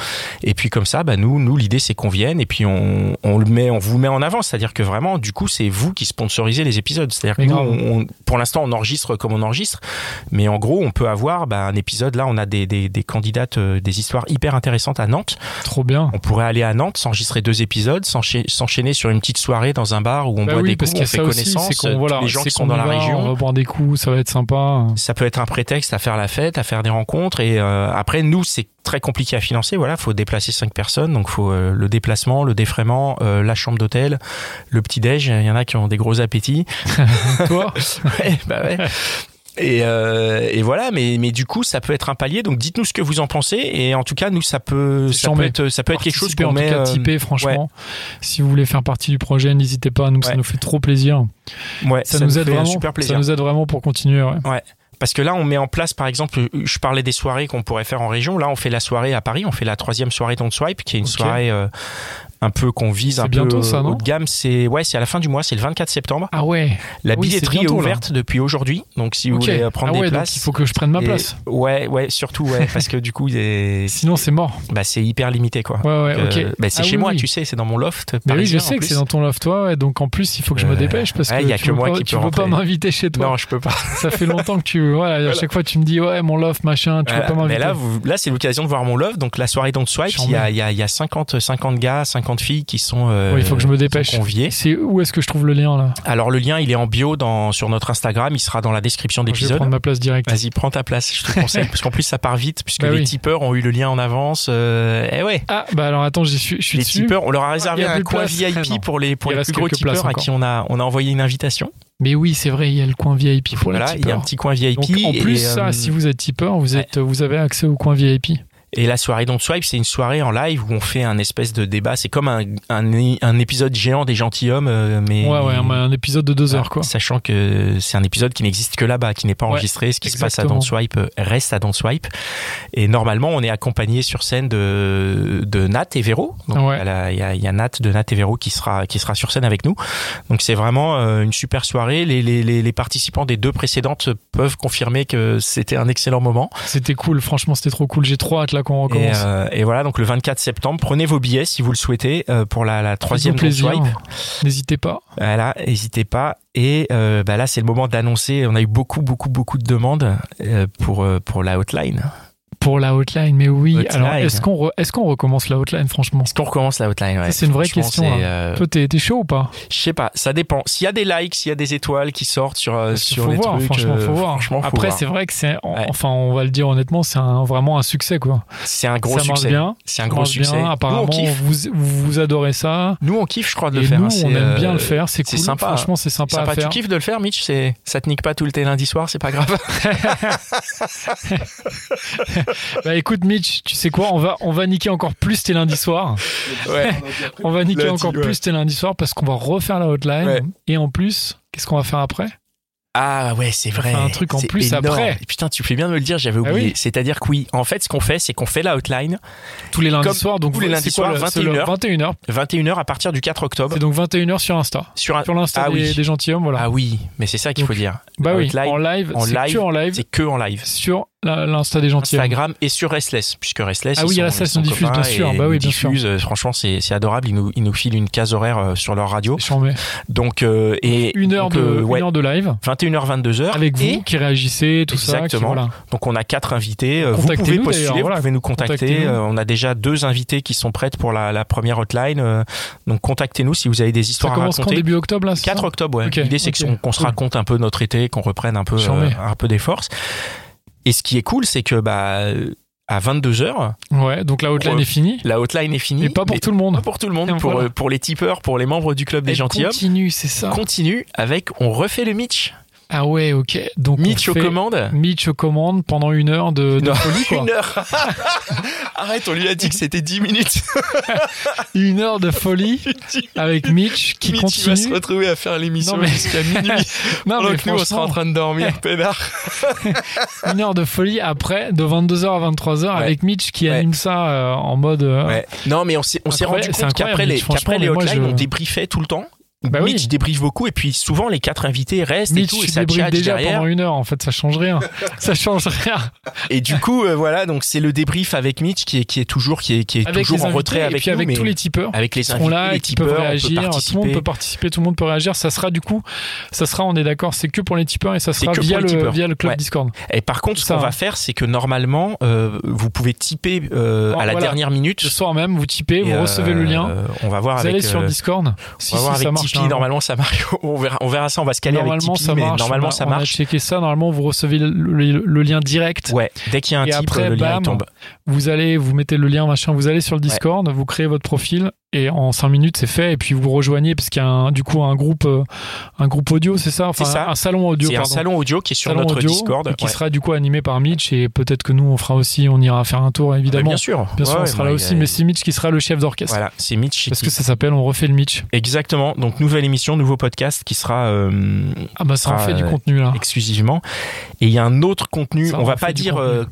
[SPEAKER 2] Et puis comme ça, bah nous, nous l'idée c'est qu'on vienne et puis on, on le met, on vous met en avant. C'est-à-dire que vraiment, du coup, c'est vous qui sponsorisez les épisodes. C'est-à-dire que
[SPEAKER 1] Mais
[SPEAKER 2] nous,
[SPEAKER 1] grave.
[SPEAKER 2] on- on- pour l'instant, on enregistre comme on enregistre, mais en gros, on peut avoir bah, un épisode. Là, on a des, des, des candidates, euh, des histoires hyper intéressantes à Nantes.
[SPEAKER 1] Trop bien.
[SPEAKER 2] On pourrait aller à Nantes, s'enregistrer deux épisodes, s'enchaî- s'enchaîner sur une petite soirée dans un bar où on
[SPEAKER 1] Bah
[SPEAKER 2] boit
[SPEAKER 1] oui,
[SPEAKER 2] des
[SPEAKER 1] parce
[SPEAKER 2] coups,
[SPEAKER 1] qu'il y
[SPEAKER 2] on
[SPEAKER 1] a
[SPEAKER 2] fait
[SPEAKER 1] ça aussi,
[SPEAKER 2] connaissance,
[SPEAKER 1] c'est qu'on voilà,
[SPEAKER 2] les gens
[SPEAKER 1] c'est
[SPEAKER 2] qui sont
[SPEAKER 1] qu'on
[SPEAKER 2] dans
[SPEAKER 1] y
[SPEAKER 2] la
[SPEAKER 1] va,
[SPEAKER 2] région.
[SPEAKER 1] On va boire des coups, ça va être
[SPEAKER 2] [LAUGHS]
[SPEAKER 1] sympa.
[SPEAKER 2] Ça peut être un prétexte à faire la fête, à faire des rencontres. Et euh, après, nous, c'est très compliqué à financer. Voilà, faut déplacer cinq personnes, donc faut euh, le déplacement, le défraiement, euh, la chambre d'hôtel, le petit déj. Il y en a qui ont des
[SPEAKER 1] [LAUGHS]
[SPEAKER 2] gros appétits.
[SPEAKER 1] Toi,
[SPEAKER 2] Ouais, bah ouais. Et, euh, et voilà, mais, mais du coup, ça peut être un palier. Donc, dites-nous ce que vous en pensez. Et en tout cas, nous, ça peut,
[SPEAKER 1] C'est
[SPEAKER 2] ça peut
[SPEAKER 1] chambé.
[SPEAKER 2] être, ça peut être quelque chose
[SPEAKER 1] participez, en
[SPEAKER 2] qu'on
[SPEAKER 1] tout
[SPEAKER 2] met.
[SPEAKER 1] cas,
[SPEAKER 2] euh,
[SPEAKER 1] typé, franchement. Si vous voulez faire partie du projet, n'hésitez pas. Nous, ça
[SPEAKER 2] Ouais.
[SPEAKER 1] nous fait trop plaisir.
[SPEAKER 2] ouais,
[SPEAKER 1] Ça, nous aide
[SPEAKER 2] fait un
[SPEAKER 1] vraiment.
[SPEAKER 2] Super plaisir.
[SPEAKER 1] Ça nous aide vraiment pour continuer. ouais.
[SPEAKER 2] Parce que là, on met en place, par exemple, euh, je parlais des soirées qu'on pourrait faire en région. Là, on fait la soirée à Paris, on fait la troisième soirée Don't Swipe, qui est une
[SPEAKER 1] Ok.
[SPEAKER 2] soirée euh, un peu qu'on vise
[SPEAKER 1] C'est
[SPEAKER 2] un
[SPEAKER 1] bientôt,
[SPEAKER 2] peu
[SPEAKER 1] ça,
[SPEAKER 2] euh,
[SPEAKER 1] non
[SPEAKER 2] haut de gamme. C'est ouais, c'est à la fin du mois, c'est le 24 septembre.
[SPEAKER 1] Ah ouais.
[SPEAKER 2] La
[SPEAKER 1] Oui, c'est
[SPEAKER 2] billetterie
[SPEAKER 1] bientôt,
[SPEAKER 2] est
[SPEAKER 1] là.
[SPEAKER 2] ouverte depuis aujourd'hui, donc si vous
[SPEAKER 1] ok.
[SPEAKER 2] voulez euh, prendre
[SPEAKER 1] ah ouais,
[SPEAKER 2] des
[SPEAKER 1] donc
[SPEAKER 2] places.
[SPEAKER 1] il faut que je prenne ma
[SPEAKER 2] et-
[SPEAKER 1] place.
[SPEAKER 2] ouais, ouais, surtout ouais, parce que du
[SPEAKER 1] [LAUGHS]
[SPEAKER 2] coup, il est-
[SPEAKER 1] Sinon, c'est mort.
[SPEAKER 2] bah, c'est hyper limité quoi.
[SPEAKER 1] Ouais, ouais,
[SPEAKER 2] Donc,
[SPEAKER 1] ok.
[SPEAKER 2] euh, bah, c'est
[SPEAKER 1] Ah
[SPEAKER 2] chez
[SPEAKER 1] oui,
[SPEAKER 2] moi,
[SPEAKER 1] oui.
[SPEAKER 2] tu sais, c'est dans mon loft.
[SPEAKER 1] Mais oui,
[SPEAKER 2] parisien,
[SPEAKER 1] je
[SPEAKER 2] en
[SPEAKER 1] sais que
[SPEAKER 2] plus.
[SPEAKER 1] c'est dans ton loft, toi, ouais, donc en plus, il faut que je me
[SPEAKER 2] Euh,
[SPEAKER 1] dépêche parce
[SPEAKER 2] ouais,
[SPEAKER 1] que
[SPEAKER 2] y a
[SPEAKER 1] tu
[SPEAKER 2] que
[SPEAKER 1] veux
[SPEAKER 2] moi
[SPEAKER 1] pas,
[SPEAKER 2] qui
[SPEAKER 1] tu
[SPEAKER 2] peux
[SPEAKER 1] veux pas
[SPEAKER 2] rentrer.
[SPEAKER 1] m'inviter chez toi.
[SPEAKER 2] Non, je peux pas.
[SPEAKER 1] [LAUGHS] Ça fait longtemps que tu. Voilà, à chaque fois, tu me dis, ouais, mon loft, machin, tu veux
[SPEAKER 2] Euh,
[SPEAKER 1] pas m'inviter.
[SPEAKER 2] mais là, vous- là, c'est l'occasion de voir mon love. Donc la soirée Don't Swipe,
[SPEAKER 1] J'en
[SPEAKER 2] il y a, il y a- il y a 50, 50 gars, 50 filles qui sont, euh,
[SPEAKER 1] Oui, il faut que je me
[SPEAKER 2] qui sont
[SPEAKER 1] dépêche.
[SPEAKER 2] conviées.
[SPEAKER 1] C'est où est-ce que je trouve le lien là
[SPEAKER 2] Alors le lien, il est en bio dans, sur notre Instagram. Il sera dans la description
[SPEAKER 1] Je vais
[SPEAKER 2] d'épisode.
[SPEAKER 1] prendre ma place directe.
[SPEAKER 2] Vas-y, prends ta place,
[SPEAKER 1] [LAUGHS]
[SPEAKER 2] je te conseille, parce qu'en plus ça part vite, puisque
[SPEAKER 1] Bah
[SPEAKER 2] les
[SPEAKER 1] oui.
[SPEAKER 2] tipeurs ont eu le lien en avance. Euh, eh ouais,
[SPEAKER 1] Ah bah alors attends, j'y suis, je suis
[SPEAKER 2] les
[SPEAKER 1] dessus.
[SPEAKER 2] tipeurs, on leur a réservé
[SPEAKER 1] Il y a
[SPEAKER 2] un
[SPEAKER 1] plus de
[SPEAKER 2] coin
[SPEAKER 1] place.
[SPEAKER 2] VIP
[SPEAKER 1] Vraiment.
[SPEAKER 2] pour les pour
[SPEAKER 1] Il
[SPEAKER 2] les
[SPEAKER 1] reste
[SPEAKER 2] plus gros
[SPEAKER 1] quelques places
[SPEAKER 2] tipeurs à
[SPEAKER 1] encore.
[SPEAKER 2] qui on a on a envoyé une invitation.
[SPEAKER 1] Mais oui, c'est vrai, il y a le coin VIP pour
[SPEAKER 2] voilà,
[SPEAKER 1] les
[SPEAKER 2] il y a un
[SPEAKER 1] tipeurs.
[SPEAKER 2] petit coin VIP.
[SPEAKER 1] Donc en plus
[SPEAKER 2] et,
[SPEAKER 1] ça,
[SPEAKER 2] euh,
[SPEAKER 1] si vous êtes tipeur, vous êtes, vous avez accès au coin VIP.
[SPEAKER 2] Et la soirée Don't Swipe, c'est une soirée en live où on fait un espèce de débat. C'est comme un, un, un épisode géant des gentilshommes, euh, mais.
[SPEAKER 1] Ouais, ouais, un, un épisode de
[SPEAKER 2] Ah,
[SPEAKER 1] deux heures, quoi.
[SPEAKER 2] Sachant que c'est un épisode qui n'existe que là-bas, qui n'est pas
[SPEAKER 1] Ouais,
[SPEAKER 2] enregistré. Ce qui se passe à
[SPEAKER 1] exactement.
[SPEAKER 2] Don't Swipe euh, reste à Don't Swipe. Et normalement, on est accompagné sur scène de, de Nat et Véro. Donc,
[SPEAKER 1] Ouais.
[SPEAKER 2] il y a la- il y, a- il y a Nat de Nat et Véro qui sera, qui sera sur scène avec nous. Donc, c'est vraiment euh, une super soirée. Les, les, les, les participants des deux précédentes peuvent confirmer que c'était un excellent moment.
[SPEAKER 1] C'était cool, franchement, c'était trop cool. J'ai trop hâte là qu'on
[SPEAKER 2] Et,
[SPEAKER 1] recommence.
[SPEAKER 2] euh, et voilà, donc le 24 septembre, prenez vos billets si vous le souhaitez euh, pour la, la troisième
[SPEAKER 1] Faites-nous
[SPEAKER 2] Don't Swipe.
[SPEAKER 1] N'hésitez pas.
[SPEAKER 2] Voilà, n'hésitez pas. Et euh, bah là, c'est le moment d'annoncer. On a eu beaucoup, beaucoup, beaucoup de demandes euh, pour, euh, pour la hotline.
[SPEAKER 1] Pour la hotline, mais oui.
[SPEAKER 2] Hotline.
[SPEAKER 1] Alors, est-ce qu'on re- est-ce qu'on recommence la hotline, franchement
[SPEAKER 2] Est-ce qu'on recommence la hotline ouais.
[SPEAKER 1] Ça, c'est une vraie
[SPEAKER 2] Franchement,
[SPEAKER 1] question, hein.
[SPEAKER 2] c'est,
[SPEAKER 1] là.
[SPEAKER 2] euh,
[SPEAKER 1] Toi, t'es t'es chaud ou pas
[SPEAKER 2] Je sais pas, ça dépend. S'il y a des likes, s'il y a des étoiles qui sortent sur, euh,
[SPEAKER 1] Parce qu'il
[SPEAKER 2] sur
[SPEAKER 1] faut
[SPEAKER 2] les
[SPEAKER 1] voir,
[SPEAKER 2] trucs.
[SPEAKER 1] franchement,
[SPEAKER 2] euh,
[SPEAKER 1] faut voir.
[SPEAKER 2] franchement, faut
[SPEAKER 1] Après,
[SPEAKER 2] voir.
[SPEAKER 1] c'est vrai que c'est, en-
[SPEAKER 2] Ouais.
[SPEAKER 1] enfin, on va le dire honnêtement, c'est un- vraiment un succès, quoi.
[SPEAKER 2] c'est un gros
[SPEAKER 1] ça marche
[SPEAKER 2] succès.
[SPEAKER 1] bien.
[SPEAKER 2] C'est un
[SPEAKER 1] Ça
[SPEAKER 2] gros
[SPEAKER 1] marche
[SPEAKER 2] succès.
[SPEAKER 1] bien.
[SPEAKER 2] nous, on
[SPEAKER 1] Apparemment,
[SPEAKER 2] kiffe.
[SPEAKER 1] vous, vous adorez ça.
[SPEAKER 2] Nous, on kiffe, je crois, de le
[SPEAKER 1] et
[SPEAKER 2] faire.
[SPEAKER 1] nous,
[SPEAKER 2] hein.
[SPEAKER 1] on
[SPEAKER 2] C'est,
[SPEAKER 1] aime
[SPEAKER 2] euh,
[SPEAKER 1] bien le faire. C'est
[SPEAKER 2] c'est
[SPEAKER 1] cool.
[SPEAKER 2] sympa.
[SPEAKER 1] Franchement, c'est
[SPEAKER 2] c'est
[SPEAKER 1] sympa,
[SPEAKER 2] sympa.
[SPEAKER 1] à faire.
[SPEAKER 2] Tu kiffes de le faire, Mitch C'est ça te nique pas tout le thé lundi soir, c'est pas grave.
[SPEAKER 1] Bah, écoute, Mitch, tu sais quoi On va, on va niquer encore plus tes lundis soirs.
[SPEAKER 2] ouais.
[SPEAKER 1] On va niquer
[SPEAKER 2] Lundi,
[SPEAKER 1] encore
[SPEAKER 2] ouais.
[SPEAKER 1] plus tes lundis soirs parce qu'on va refaire la hotline.
[SPEAKER 2] Ouais.
[SPEAKER 1] Et en plus, qu'est-ce qu'on va faire après
[SPEAKER 2] Ah ouais, c'est vrai.
[SPEAKER 1] Enfin, un truc en
[SPEAKER 2] C'est
[SPEAKER 1] plus
[SPEAKER 2] énorme.
[SPEAKER 1] après.
[SPEAKER 2] Putain, tu fais bien de me le dire, j'avais
[SPEAKER 1] Ah
[SPEAKER 2] oublié.
[SPEAKER 1] oui.
[SPEAKER 2] C'est-à-dire que oui, en fait, ce qu'on fait, c'est qu'on fait la hotline
[SPEAKER 1] Tous les lundis
[SPEAKER 2] Comme
[SPEAKER 1] soirs. Donc,
[SPEAKER 2] tous les
[SPEAKER 1] c'est
[SPEAKER 2] lundis
[SPEAKER 1] quoi
[SPEAKER 2] soirs,
[SPEAKER 1] le- c'est le 21h.
[SPEAKER 2] 21h. 21h à partir du 4 octobre.
[SPEAKER 1] C'est donc 21h sur Insta.
[SPEAKER 2] Sur un...
[SPEAKER 1] Sur l'Insta
[SPEAKER 2] Ah
[SPEAKER 1] des,
[SPEAKER 2] oui.
[SPEAKER 1] des gentilshommes, voilà.
[SPEAKER 2] Ah oui, mais c'est ça qu'il faut
[SPEAKER 1] Donc,
[SPEAKER 2] dire.
[SPEAKER 1] bah
[SPEAKER 2] la
[SPEAKER 1] oui,
[SPEAKER 2] hotline,
[SPEAKER 1] en live,
[SPEAKER 2] en
[SPEAKER 1] c'est
[SPEAKER 2] live,
[SPEAKER 1] que en live.
[SPEAKER 2] C'est que en live.
[SPEAKER 1] sur la- l'Insta des gentilshommes.
[SPEAKER 2] Instagram et sur Restless, puisque Restless,
[SPEAKER 1] Ah oui,
[SPEAKER 2] ils sont,
[SPEAKER 1] Restless
[SPEAKER 2] ils sont
[SPEAKER 1] nous diffuse,
[SPEAKER 2] copains
[SPEAKER 1] bien sûr.
[SPEAKER 2] et
[SPEAKER 1] Bah
[SPEAKER 2] ils
[SPEAKER 1] oui,
[SPEAKER 2] nous
[SPEAKER 1] bien sûr.
[SPEAKER 2] diffusent. Euh, Franchement, c'est c'est adorable. Ils nous, ils nous filent une case horaire euh, sur leur radio.
[SPEAKER 1] Je t'en mets.
[SPEAKER 2] Donc, euh, et
[SPEAKER 1] Une heure,
[SPEAKER 2] donc,
[SPEAKER 1] de,
[SPEAKER 2] euh,
[SPEAKER 1] une
[SPEAKER 2] ouais,
[SPEAKER 1] heure de live
[SPEAKER 2] 21h, 22h.
[SPEAKER 1] avec vous
[SPEAKER 2] Et
[SPEAKER 1] qui réagissez, tout ça. qui-
[SPEAKER 2] Exactement.
[SPEAKER 1] voilà.
[SPEAKER 2] donc, on a quatre invités. Euh, Vous
[SPEAKER 1] Contactez-nous,
[SPEAKER 2] pouvez
[SPEAKER 1] d'ailleurs,
[SPEAKER 2] postuler,
[SPEAKER 1] voilà.
[SPEAKER 2] vous pouvez nous contacter.
[SPEAKER 1] Contactez-nous.
[SPEAKER 2] Euh, On a déjà deux invités qui sont prêtes pour la, la première hotline. Euh, Donc, contactez-nous si vous avez des
[SPEAKER 1] Ça
[SPEAKER 2] histoires à
[SPEAKER 1] commence quand
[SPEAKER 2] raconter.
[SPEAKER 1] début octobre là c'est
[SPEAKER 2] 4
[SPEAKER 1] ça
[SPEAKER 2] octobre, ouais.
[SPEAKER 1] Ok,
[SPEAKER 2] L'idée, c'est
[SPEAKER 1] ok,
[SPEAKER 2] qu'on qu'on se
[SPEAKER 1] cool.
[SPEAKER 2] raconte un peu notre été, qu'on reprenne un peu,
[SPEAKER 1] Charmé.
[SPEAKER 2] euh, un peu des forces. Et ce qui est cool, c'est que bah, euh, à 22h,
[SPEAKER 1] Ouais, donc la hotline
[SPEAKER 2] Ouais.
[SPEAKER 1] est finie.
[SPEAKER 2] la hotline est finie.
[SPEAKER 1] Mais pas pour
[SPEAKER 2] mais
[SPEAKER 1] tout le
[SPEAKER 2] pas
[SPEAKER 1] monde.
[SPEAKER 2] pour tout le monde.
[SPEAKER 1] Et
[SPEAKER 2] pour,
[SPEAKER 1] voilà.
[SPEAKER 2] euh, pour les tipeurs, pour les membres du club des
[SPEAKER 1] Elle
[SPEAKER 2] gentilshommes.
[SPEAKER 1] Continue, c'est ça.
[SPEAKER 2] Continue avec On refait le Mitch.
[SPEAKER 1] Ah ouais, ok. Donc on
[SPEAKER 2] Mitch aux
[SPEAKER 1] fait
[SPEAKER 2] commandes.
[SPEAKER 1] Mitch aux commandes pendant une heure de, de
[SPEAKER 2] Non,
[SPEAKER 1] folie, quoi.
[SPEAKER 2] [LAUGHS] Une heure. Arrête, on lui a dit que c'était 10 minutes.
[SPEAKER 1] Une heure de
[SPEAKER 2] [LAUGHS]
[SPEAKER 1] folie avec Mitch qui
[SPEAKER 2] Mitch il va se
[SPEAKER 1] continue.
[SPEAKER 2] retrouver à faire
[SPEAKER 1] [LAUGHS]
[SPEAKER 2] l'émission
[SPEAKER 1] Non, mais-
[SPEAKER 2] jusqu'à minuit.
[SPEAKER 1] Non,
[SPEAKER 2] pendant
[SPEAKER 1] mais
[SPEAKER 2] que nous, on sera en
[SPEAKER 1] franchement,
[SPEAKER 2] train de dormir, pédard.
[SPEAKER 1] une heure de folie après, de 22h à 23h
[SPEAKER 2] Ouais.
[SPEAKER 1] avec Mitch qui
[SPEAKER 2] Ouais.
[SPEAKER 1] anime ça euh, en mode. euh,
[SPEAKER 2] Ouais. Non, mais on s'est on s'est
[SPEAKER 1] Incroyable,
[SPEAKER 2] rendu
[SPEAKER 1] c'est
[SPEAKER 2] compte
[SPEAKER 1] incroyable,
[SPEAKER 2] qu'après les,
[SPEAKER 1] Mitch, franchement,
[SPEAKER 2] qu'après les
[SPEAKER 1] mais moi,
[SPEAKER 2] hotlines,
[SPEAKER 1] je-
[SPEAKER 2] on débriefait tout le temps.
[SPEAKER 1] Bah oui.
[SPEAKER 2] Mitch débriefe beaucoup et puis souvent les quatre invités restent et
[SPEAKER 1] Mitch,
[SPEAKER 2] tout et
[SPEAKER 1] tu
[SPEAKER 2] ça
[SPEAKER 1] débriefes
[SPEAKER 2] tchatche
[SPEAKER 1] déjà
[SPEAKER 2] derrière.
[SPEAKER 1] pendant une heure, en fait, ça change
[SPEAKER 2] [LAUGHS]
[SPEAKER 1] rien. ça change rien.
[SPEAKER 2] Et du coup, euh, voilà, donc c'est le débrief avec Mitch qui est, qui est toujours, qui est, qui est toujours
[SPEAKER 1] les
[SPEAKER 2] en
[SPEAKER 1] invités
[SPEAKER 2] retrait
[SPEAKER 1] et
[SPEAKER 2] avec
[SPEAKER 1] puis
[SPEAKER 2] nous,
[SPEAKER 1] avec
[SPEAKER 2] mais
[SPEAKER 1] tous les tipeurs.
[SPEAKER 2] avec les
[SPEAKER 1] qui seront
[SPEAKER 2] invités,
[SPEAKER 1] là,
[SPEAKER 2] les
[SPEAKER 1] qui peuvent
[SPEAKER 2] tipeurs, on
[SPEAKER 1] réagir, tout le
[SPEAKER 2] peut
[SPEAKER 1] monde
[SPEAKER 2] participer.
[SPEAKER 1] peut participer, tout le monde peut réagir. Ça sera du coup, ça sera, on est d'accord, c'est que pour les tipeurs et ça
[SPEAKER 2] C'est
[SPEAKER 1] sera
[SPEAKER 2] que pour
[SPEAKER 1] via
[SPEAKER 2] les
[SPEAKER 1] le,
[SPEAKER 2] tipeurs.
[SPEAKER 1] via le club
[SPEAKER 2] Ouais.
[SPEAKER 1] Discord.
[SPEAKER 2] Et par contre, ce
[SPEAKER 1] Ça,
[SPEAKER 2] qu'on
[SPEAKER 1] hein.
[SPEAKER 2] va faire, c'est que normalement, euh, vous pouvez typer euh,
[SPEAKER 1] Bon,
[SPEAKER 2] à la
[SPEAKER 1] voilà.
[SPEAKER 2] dernière minute.
[SPEAKER 1] Ce soir même, vous typez, vous
[SPEAKER 2] Et, euh,
[SPEAKER 1] recevez le lien,
[SPEAKER 2] euh, on va voir
[SPEAKER 1] vous
[SPEAKER 2] avec.
[SPEAKER 1] allez sur
[SPEAKER 2] euh,
[SPEAKER 1] Discord. Si,
[SPEAKER 2] on va
[SPEAKER 1] si,
[SPEAKER 2] voir avec
[SPEAKER 1] ça marche.
[SPEAKER 2] Tipeee,
[SPEAKER 1] normalement.
[SPEAKER 2] normalement ça marche. [LAUGHS] On verra, on verra ça, on va se caler
[SPEAKER 1] Normalement,
[SPEAKER 2] avec Tipeee,
[SPEAKER 1] ça
[SPEAKER 2] mais
[SPEAKER 1] marche.
[SPEAKER 2] normalement
[SPEAKER 1] on a,
[SPEAKER 2] ça
[SPEAKER 1] on a
[SPEAKER 2] marche.
[SPEAKER 1] checké ça. Normalement, vous recevez le, le- le lien direct.
[SPEAKER 2] Ouais, dès qu'il y a un
[SPEAKER 1] Et
[SPEAKER 2] type,
[SPEAKER 1] après,
[SPEAKER 2] le lien il
[SPEAKER 1] bam,
[SPEAKER 2] tombe.
[SPEAKER 1] Vous allez, vous mettez le lien, machin. Vous allez sur le Discord, vous créez votre profil et en 5 minutes, c'est fait. Et puis vous rejoignez parce qu'il y a un- du coup un groupe, euh, un groupe audio, c'est ça Enfin,
[SPEAKER 2] C'est ça.
[SPEAKER 1] un salon audio.
[SPEAKER 2] C'est un
[SPEAKER 1] pardon.
[SPEAKER 2] salon audio qui est sur
[SPEAKER 1] salon
[SPEAKER 2] notre
[SPEAKER 1] audio,
[SPEAKER 2] Discord.
[SPEAKER 1] qui
[SPEAKER 2] Ouais.
[SPEAKER 1] sera du coup animé par Mitch et peut-être que nous on fera aussi on ira faire un tour
[SPEAKER 2] Mais
[SPEAKER 1] évidemment
[SPEAKER 2] Bah, Bien sûr.
[SPEAKER 1] Bien sûr,
[SPEAKER 2] Ouais,
[SPEAKER 1] on sera
[SPEAKER 2] ouais,
[SPEAKER 1] là
[SPEAKER 2] il y
[SPEAKER 1] aussi
[SPEAKER 2] a-
[SPEAKER 1] mais c'est Mitch qui sera le chef d'orchestre
[SPEAKER 2] Voilà, c'est Mitch.
[SPEAKER 1] parce
[SPEAKER 2] qui-
[SPEAKER 1] que ça s'appelle on refait le Mitch
[SPEAKER 2] Exactement. Donc nouvelle émission, nouveau podcast qui sera euh,
[SPEAKER 1] ah bah ça en
[SPEAKER 2] Ah,
[SPEAKER 1] fait du
[SPEAKER 2] euh,
[SPEAKER 1] contenu là
[SPEAKER 2] exclusivement. Et il y a un autre contenu.
[SPEAKER 1] Ça,
[SPEAKER 2] on
[SPEAKER 1] on
[SPEAKER 2] va
[SPEAKER 1] fait
[SPEAKER 2] pas
[SPEAKER 1] du
[SPEAKER 2] dire,
[SPEAKER 1] contenu.
[SPEAKER 2] euh,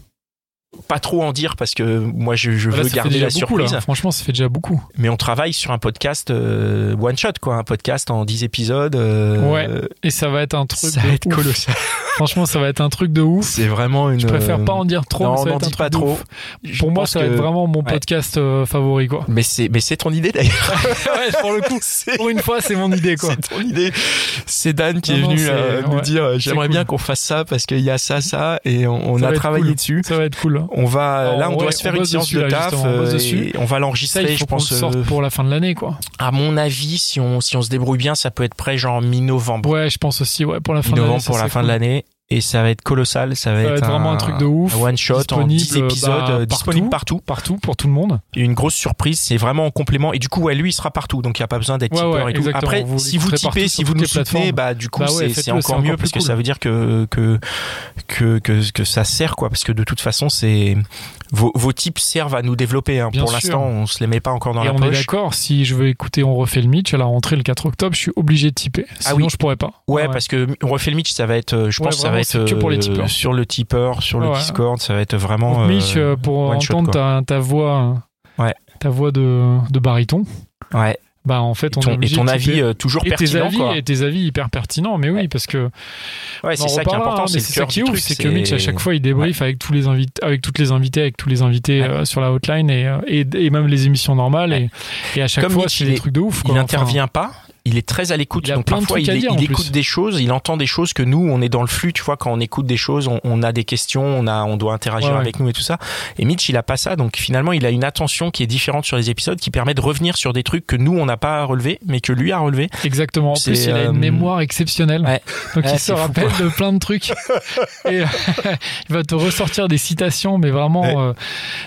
[SPEAKER 2] pas trop en dire parce que moi je, je
[SPEAKER 1] Ah, là,
[SPEAKER 2] veux
[SPEAKER 1] ça fait
[SPEAKER 2] garder
[SPEAKER 1] déjà
[SPEAKER 2] la
[SPEAKER 1] beaucoup, là.
[SPEAKER 2] surprise.
[SPEAKER 1] franchement ça fait déjà beaucoup
[SPEAKER 2] Mais on travaille sur un podcast euh, one shot quoi, un podcast en 10 épisodes. euh,
[SPEAKER 1] Ouais, et ça va être un truc
[SPEAKER 2] ça
[SPEAKER 1] de
[SPEAKER 2] va être
[SPEAKER 1] ouf.
[SPEAKER 2] colossal.
[SPEAKER 1] franchement ça va être un truc de ouf
[SPEAKER 2] C'est vraiment une.
[SPEAKER 1] je préfère pas en dire trop
[SPEAKER 2] Euh, non,
[SPEAKER 1] mais ça va
[SPEAKER 2] n'en
[SPEAKER 1] être un
[SPEAKER 2] dis
[SPEAKER 1] truc
[SPEAKER 2] pas
[SPEAKER 1] de
[SPEAKER 2] trop.
[SPEAKER 1] ouf.
[SPEAKER 2] Je
[SPEAKER 1] pour moi
[SPEAKER 2] pense
[SPEAKER 1] ça va
[SPEAKER 2] que-
[SPEAKER 1] être vraiment mon
[SPEAKER 2] ouais.
[SPEAKER 1] podcast euh, favori quoi
[SPEAKER 2] Mais c'est mais c'est ton idée d'ailleurs.
[SPEAKER 1] [LAUGHS] ouais pour le coup
[SPEAKER 2] [LAUGHS] C'est-
[SPEAKER 1] pour une fois c'est mon idée
[SPEAKER 2] [LAUGHS]
[SPEAKER 1] quoi
[SPEAKER 2] C'est ton idée. C'est Dan qui
[SPEAKER 1] Non,
[SPEAKER 2] est
[SPEAKER 1] non,
[SPEAKER 2] venu
[SPEAKER 1] c'est-
[SPEAKER 2] euh, nous
[SPEAKER 1] ouais.
[SPEAKER 2] dire euh, j'aimerais
[SPEAKER 1] cool.
[SPEAKER 2] bien qu'on fasse ça parce qu'il y a ça, ça, et on, on
[SPEAKER 1] Ça
[SPEAKER 2] a
[SPEAKER 1] va être
[SPEAKER 2] travaillé
[SPEAKER 1] cool.
[SPEAKER 2] dessus.
[SPEAKER 1] ça va être cool hein.
[SPEAKER 2] On va,
[SPEAKER 1] Alors,
[SPEAKER 2] là, on
[SPEAKER 1] ouais,
[SPEAKER 2] doit se faire
[SPEAKER 1] on
[SPEAKER 2] une
[SPEAKER 1] bosse
[SPEAKER 2] séance
[SPEAKER 1] dessus,
[SPEAKER 2] de
[SPEAKER 1] là,
[SPEAKER 2] taf.
[SPEAKER 1] justement, on
[SPEAKER 2] euh,
[SPEAKER 1] bosse
[SPEAKER 2] et
[SPEAKER 1] dessus.
[SPEAKER 2] on va
[SPEAKER 1] ça
[SPEAKER 2] l'enregistrer,
[SPEAKER 1] il
[SPEAKER 2] je
[SPEAKER 1] faut qu'on le
[SPEAKER 2] pense.
[SPEAKER 1] sorte
[SPEAKER 2] euh,
[SPEAKER 1] pour la fin de l'année quoi
[SPEAKER 2] À mon avis, si on, si on se débrouille bien, ça peut être prêt genre mi-novembre.
[SPEAKER 1] ouais je pense aussi ouais pour la fin de
[SPEAKER 2] Mi-novembre
[SPEAKER 1] l'année ça
[SPEAKER 2] pour la
[SPEAKER 1] serait
[SPEAKER 2] fin
[SPEAKER 1] cool.
[SPEAKER 2] de l'année. et ça va être colossal. Ça va,
[SPEAKER 1] Ça va être vraiment un truc de ouf,
[SPEAKER 2] One shot en 10
[SPEAKER 1] disponible,
[SPEAKER 2] épisodes,
[SPEAKER 1] bah,
[SPEAKER 2] euh, disponible partout.
[SPEAKER 1] Partout, pour tout le monde.
[SPEAKER 2] Et Une grosse surprise, c'est vraiment en complément. Et du coup, ouais, lui, il sera partout, donc il n'y a pas besoin d'être
[SPEAKER 1] Ouais,
[SPEAKER 2] tipeur
[SPEAKER 1] ouais,
[SPEAKER 2] et tout.
[SPEAKER 1] exactement.
[SPEAKER 2] Après,
[SPEAKER 1] Vous
[SPEAKER 2] si vous
[SPEAKER 1] l'écouterez partout
[SPEAKER 2] tipez, si
[SPEAKER 1] sur
[SPEAKER 2] vous
[SPEAKER 1] toutes
[SPEAKER 2] nous
[SPEAKER 1] les plateformes.
[SPEAKER 2] soutenez, bah du coup,
[SPEAKER 1] Bah ouais,
[SPEAKER 2] c'est
[SPEAKER 1] faites-le,
[SPEAKER 2] c'est encore
[SPEAKER 1] c'est
[SPEAKER 2] mieux
[SPEAKER 1] encore
[SPEAKER 2] parce
[SPEAKER 1] plus
[SPEAKER 2] que ça
[SPEAKER 1] cool.
[SPEAKER 2] veut dire que que, que que que ça sert quoi, parce que de toute façon, c'est vos, vos tips servent à nous développer. hein.
[SPEAKER 1] Bien
[SPEAKER 2] Pour
[SPEAKER 1] sûr.
[SPEAKER 2] l'instant, on se les met pas encore dans
[SPEAKER 1] et
[SPEAKER 2] la
[SPEAKER 1] on est
[SPEAKER 2] poche.
[SPEAKER 1] d'accord, si je veux écouter On refait le Mitch à la rentrée le 4 octobre, je suis obligé de typer. Sinon,
[SPEAKER 2] Ah oui.
[SPEAKER 1] je pourrais pas.
[SPEAKER 2] Ouais, parce que on refait le Mitch, ça va être, euh,
[SPEAKER 1] Ah
[SPEAKER 2] je
[SPEAKER 1] Ouais,
[SPEAKER 2] pense, que ça va
[SPEAKER 1] vraiment,
[SPEAKER 2] être
[SPEAKER 1] c'est que pour les
[SPEAKER 2] euh,
[SPEAKER 1] tipeurs.
[SPEAKER 2] sur le tipeur, sur le
[SPEAKER 1] Ouais.
[SPEAKER 2] Discord, ça va être vraiment.
[SPEAKER 1] Donc, Mitch,
[SPEAKER 2] euh,
[SPEAKER 1] euh, pour
[SPEAKER 2] one shot,
[SPEAKER 1] entendre
[SPEAKER 2] quoi.
[SPEAKER 1] ta, ta voix, euh,
[SPEAKER 2] Ouais.
[SPEAKER 1] ta voix de, de baryton,
[SPEAKER 2] ouais.
[SPEAKER 1] bah en fait,
[SPEAKER 2] Et
[SPEAKER 1] on est
[SPEAKER 2] ton, et
[SPEAKER 1] obligé
[SPEAKER 2] ton
[SPEAKER 1] de typer.
[SPEAKER 2] avis euh, toujours
[SPEAKER 1] et tes
[SPEAKER 2] pertinent,
[SPEAKER 1] avis
[SPEAKER 2] quoi.
[SPEAKER 1] et tes avis hyper pertinents mais oui parce que
[SPEAKER 2] Ouais,
[SPEAKER 1] on en
[SPEAKER 2] c'est ça qui est
[SPEAKER 1] reparlera,
[SPEAKER 2] important,
[SPEAKER 1] hein, mais
[SPEAKER 2] c'est le
[SPEAKER 1] c'est ça
[SPEAKER 2] cœur
[SPEAKER 1] qui
[SPEAKER 2] du
[SPEAKER 1] est ouf
[SPEAKER 2] truc.
[SPEAKER 1] c'est que Mitch à chaque fois il débrief avec tous les invités avec toutes les invités avec tous les invités
[SPEAKER 2] Ouais.
[SPEAKER 1] euh, sur la hotline et, euh, et, et même les émissions normales
[SPEAKER 2] Ouais.
[SPEAKER 1] et, et à chaque
[SPEAKER 2] Comme
[SPEAKER 1] fois
[SPEAKER 2] Mitch,
[SPEAKER 1] c'est
[SPEAKER 2] il
[SPEAKER 1] des
[SPEAKER 2] est-
[SPEAKER 1] trucs de ouf
[SPEAKER 2] il
[SPEAKER 1] quoi. Enfin,
[SPEAKER 2] n'intervient pas. Il est très à l'écoute,
[SPEAKER 1] Il a
[SPEAKER 2] donc
[SPEAKER 1] plein de
[SPEAKER 2] parfois
[SPEAKER 1] trucs
[SPEAKER 2] il,
[SPEAKER 1] à
[SPEAKER 2] est-
[SPEAKER 1] dire,
[SPEAKER 2] il
[SPEAKER 1] en
[SPEAKER 2] écoute
[SPEAKER 1] plus.
[SPEAKER 2] des choses, il entend des choses que nous on est dans le flux, tu vois, quand on écoute des choses, on, on a des questions, on a, on doit interagir
[SPEAKER 1] Ouais, ouais.
[SPEAKER 2] avec nous et tout ça. Et Mitch il a pas ça, donc finalement il a une attention qui est différente sur les épisodes, qui permet de revenir sur des trucs que nous on n'a pas relevé, mais que lui a relevé.
[SPEAKER 1] Exactement. En plus,
[SPEAKER 2] C'est,
[SPEAKER 1] il a
[SPEAKER 2] euh,
[SPEAKER 1] une mémoire exceptionnelle.
[SPEAKER 2] ouais.
[SPEAKER 1] Donc,
[SPEAKER 2] Ouais,
[SPEAKER 1] il se
[SPEAKER 2] c'est fou,
[SPEAKER 1] rappelle de plein de
[SPEAKER 2] [LAUGHS]
[SPEAKER 1] trucs. Et [LAUGHS] il va te ressortir des citations, mais vraiment,
[SPEAKER 2] Ouais.
[SPEAKER 1] euh,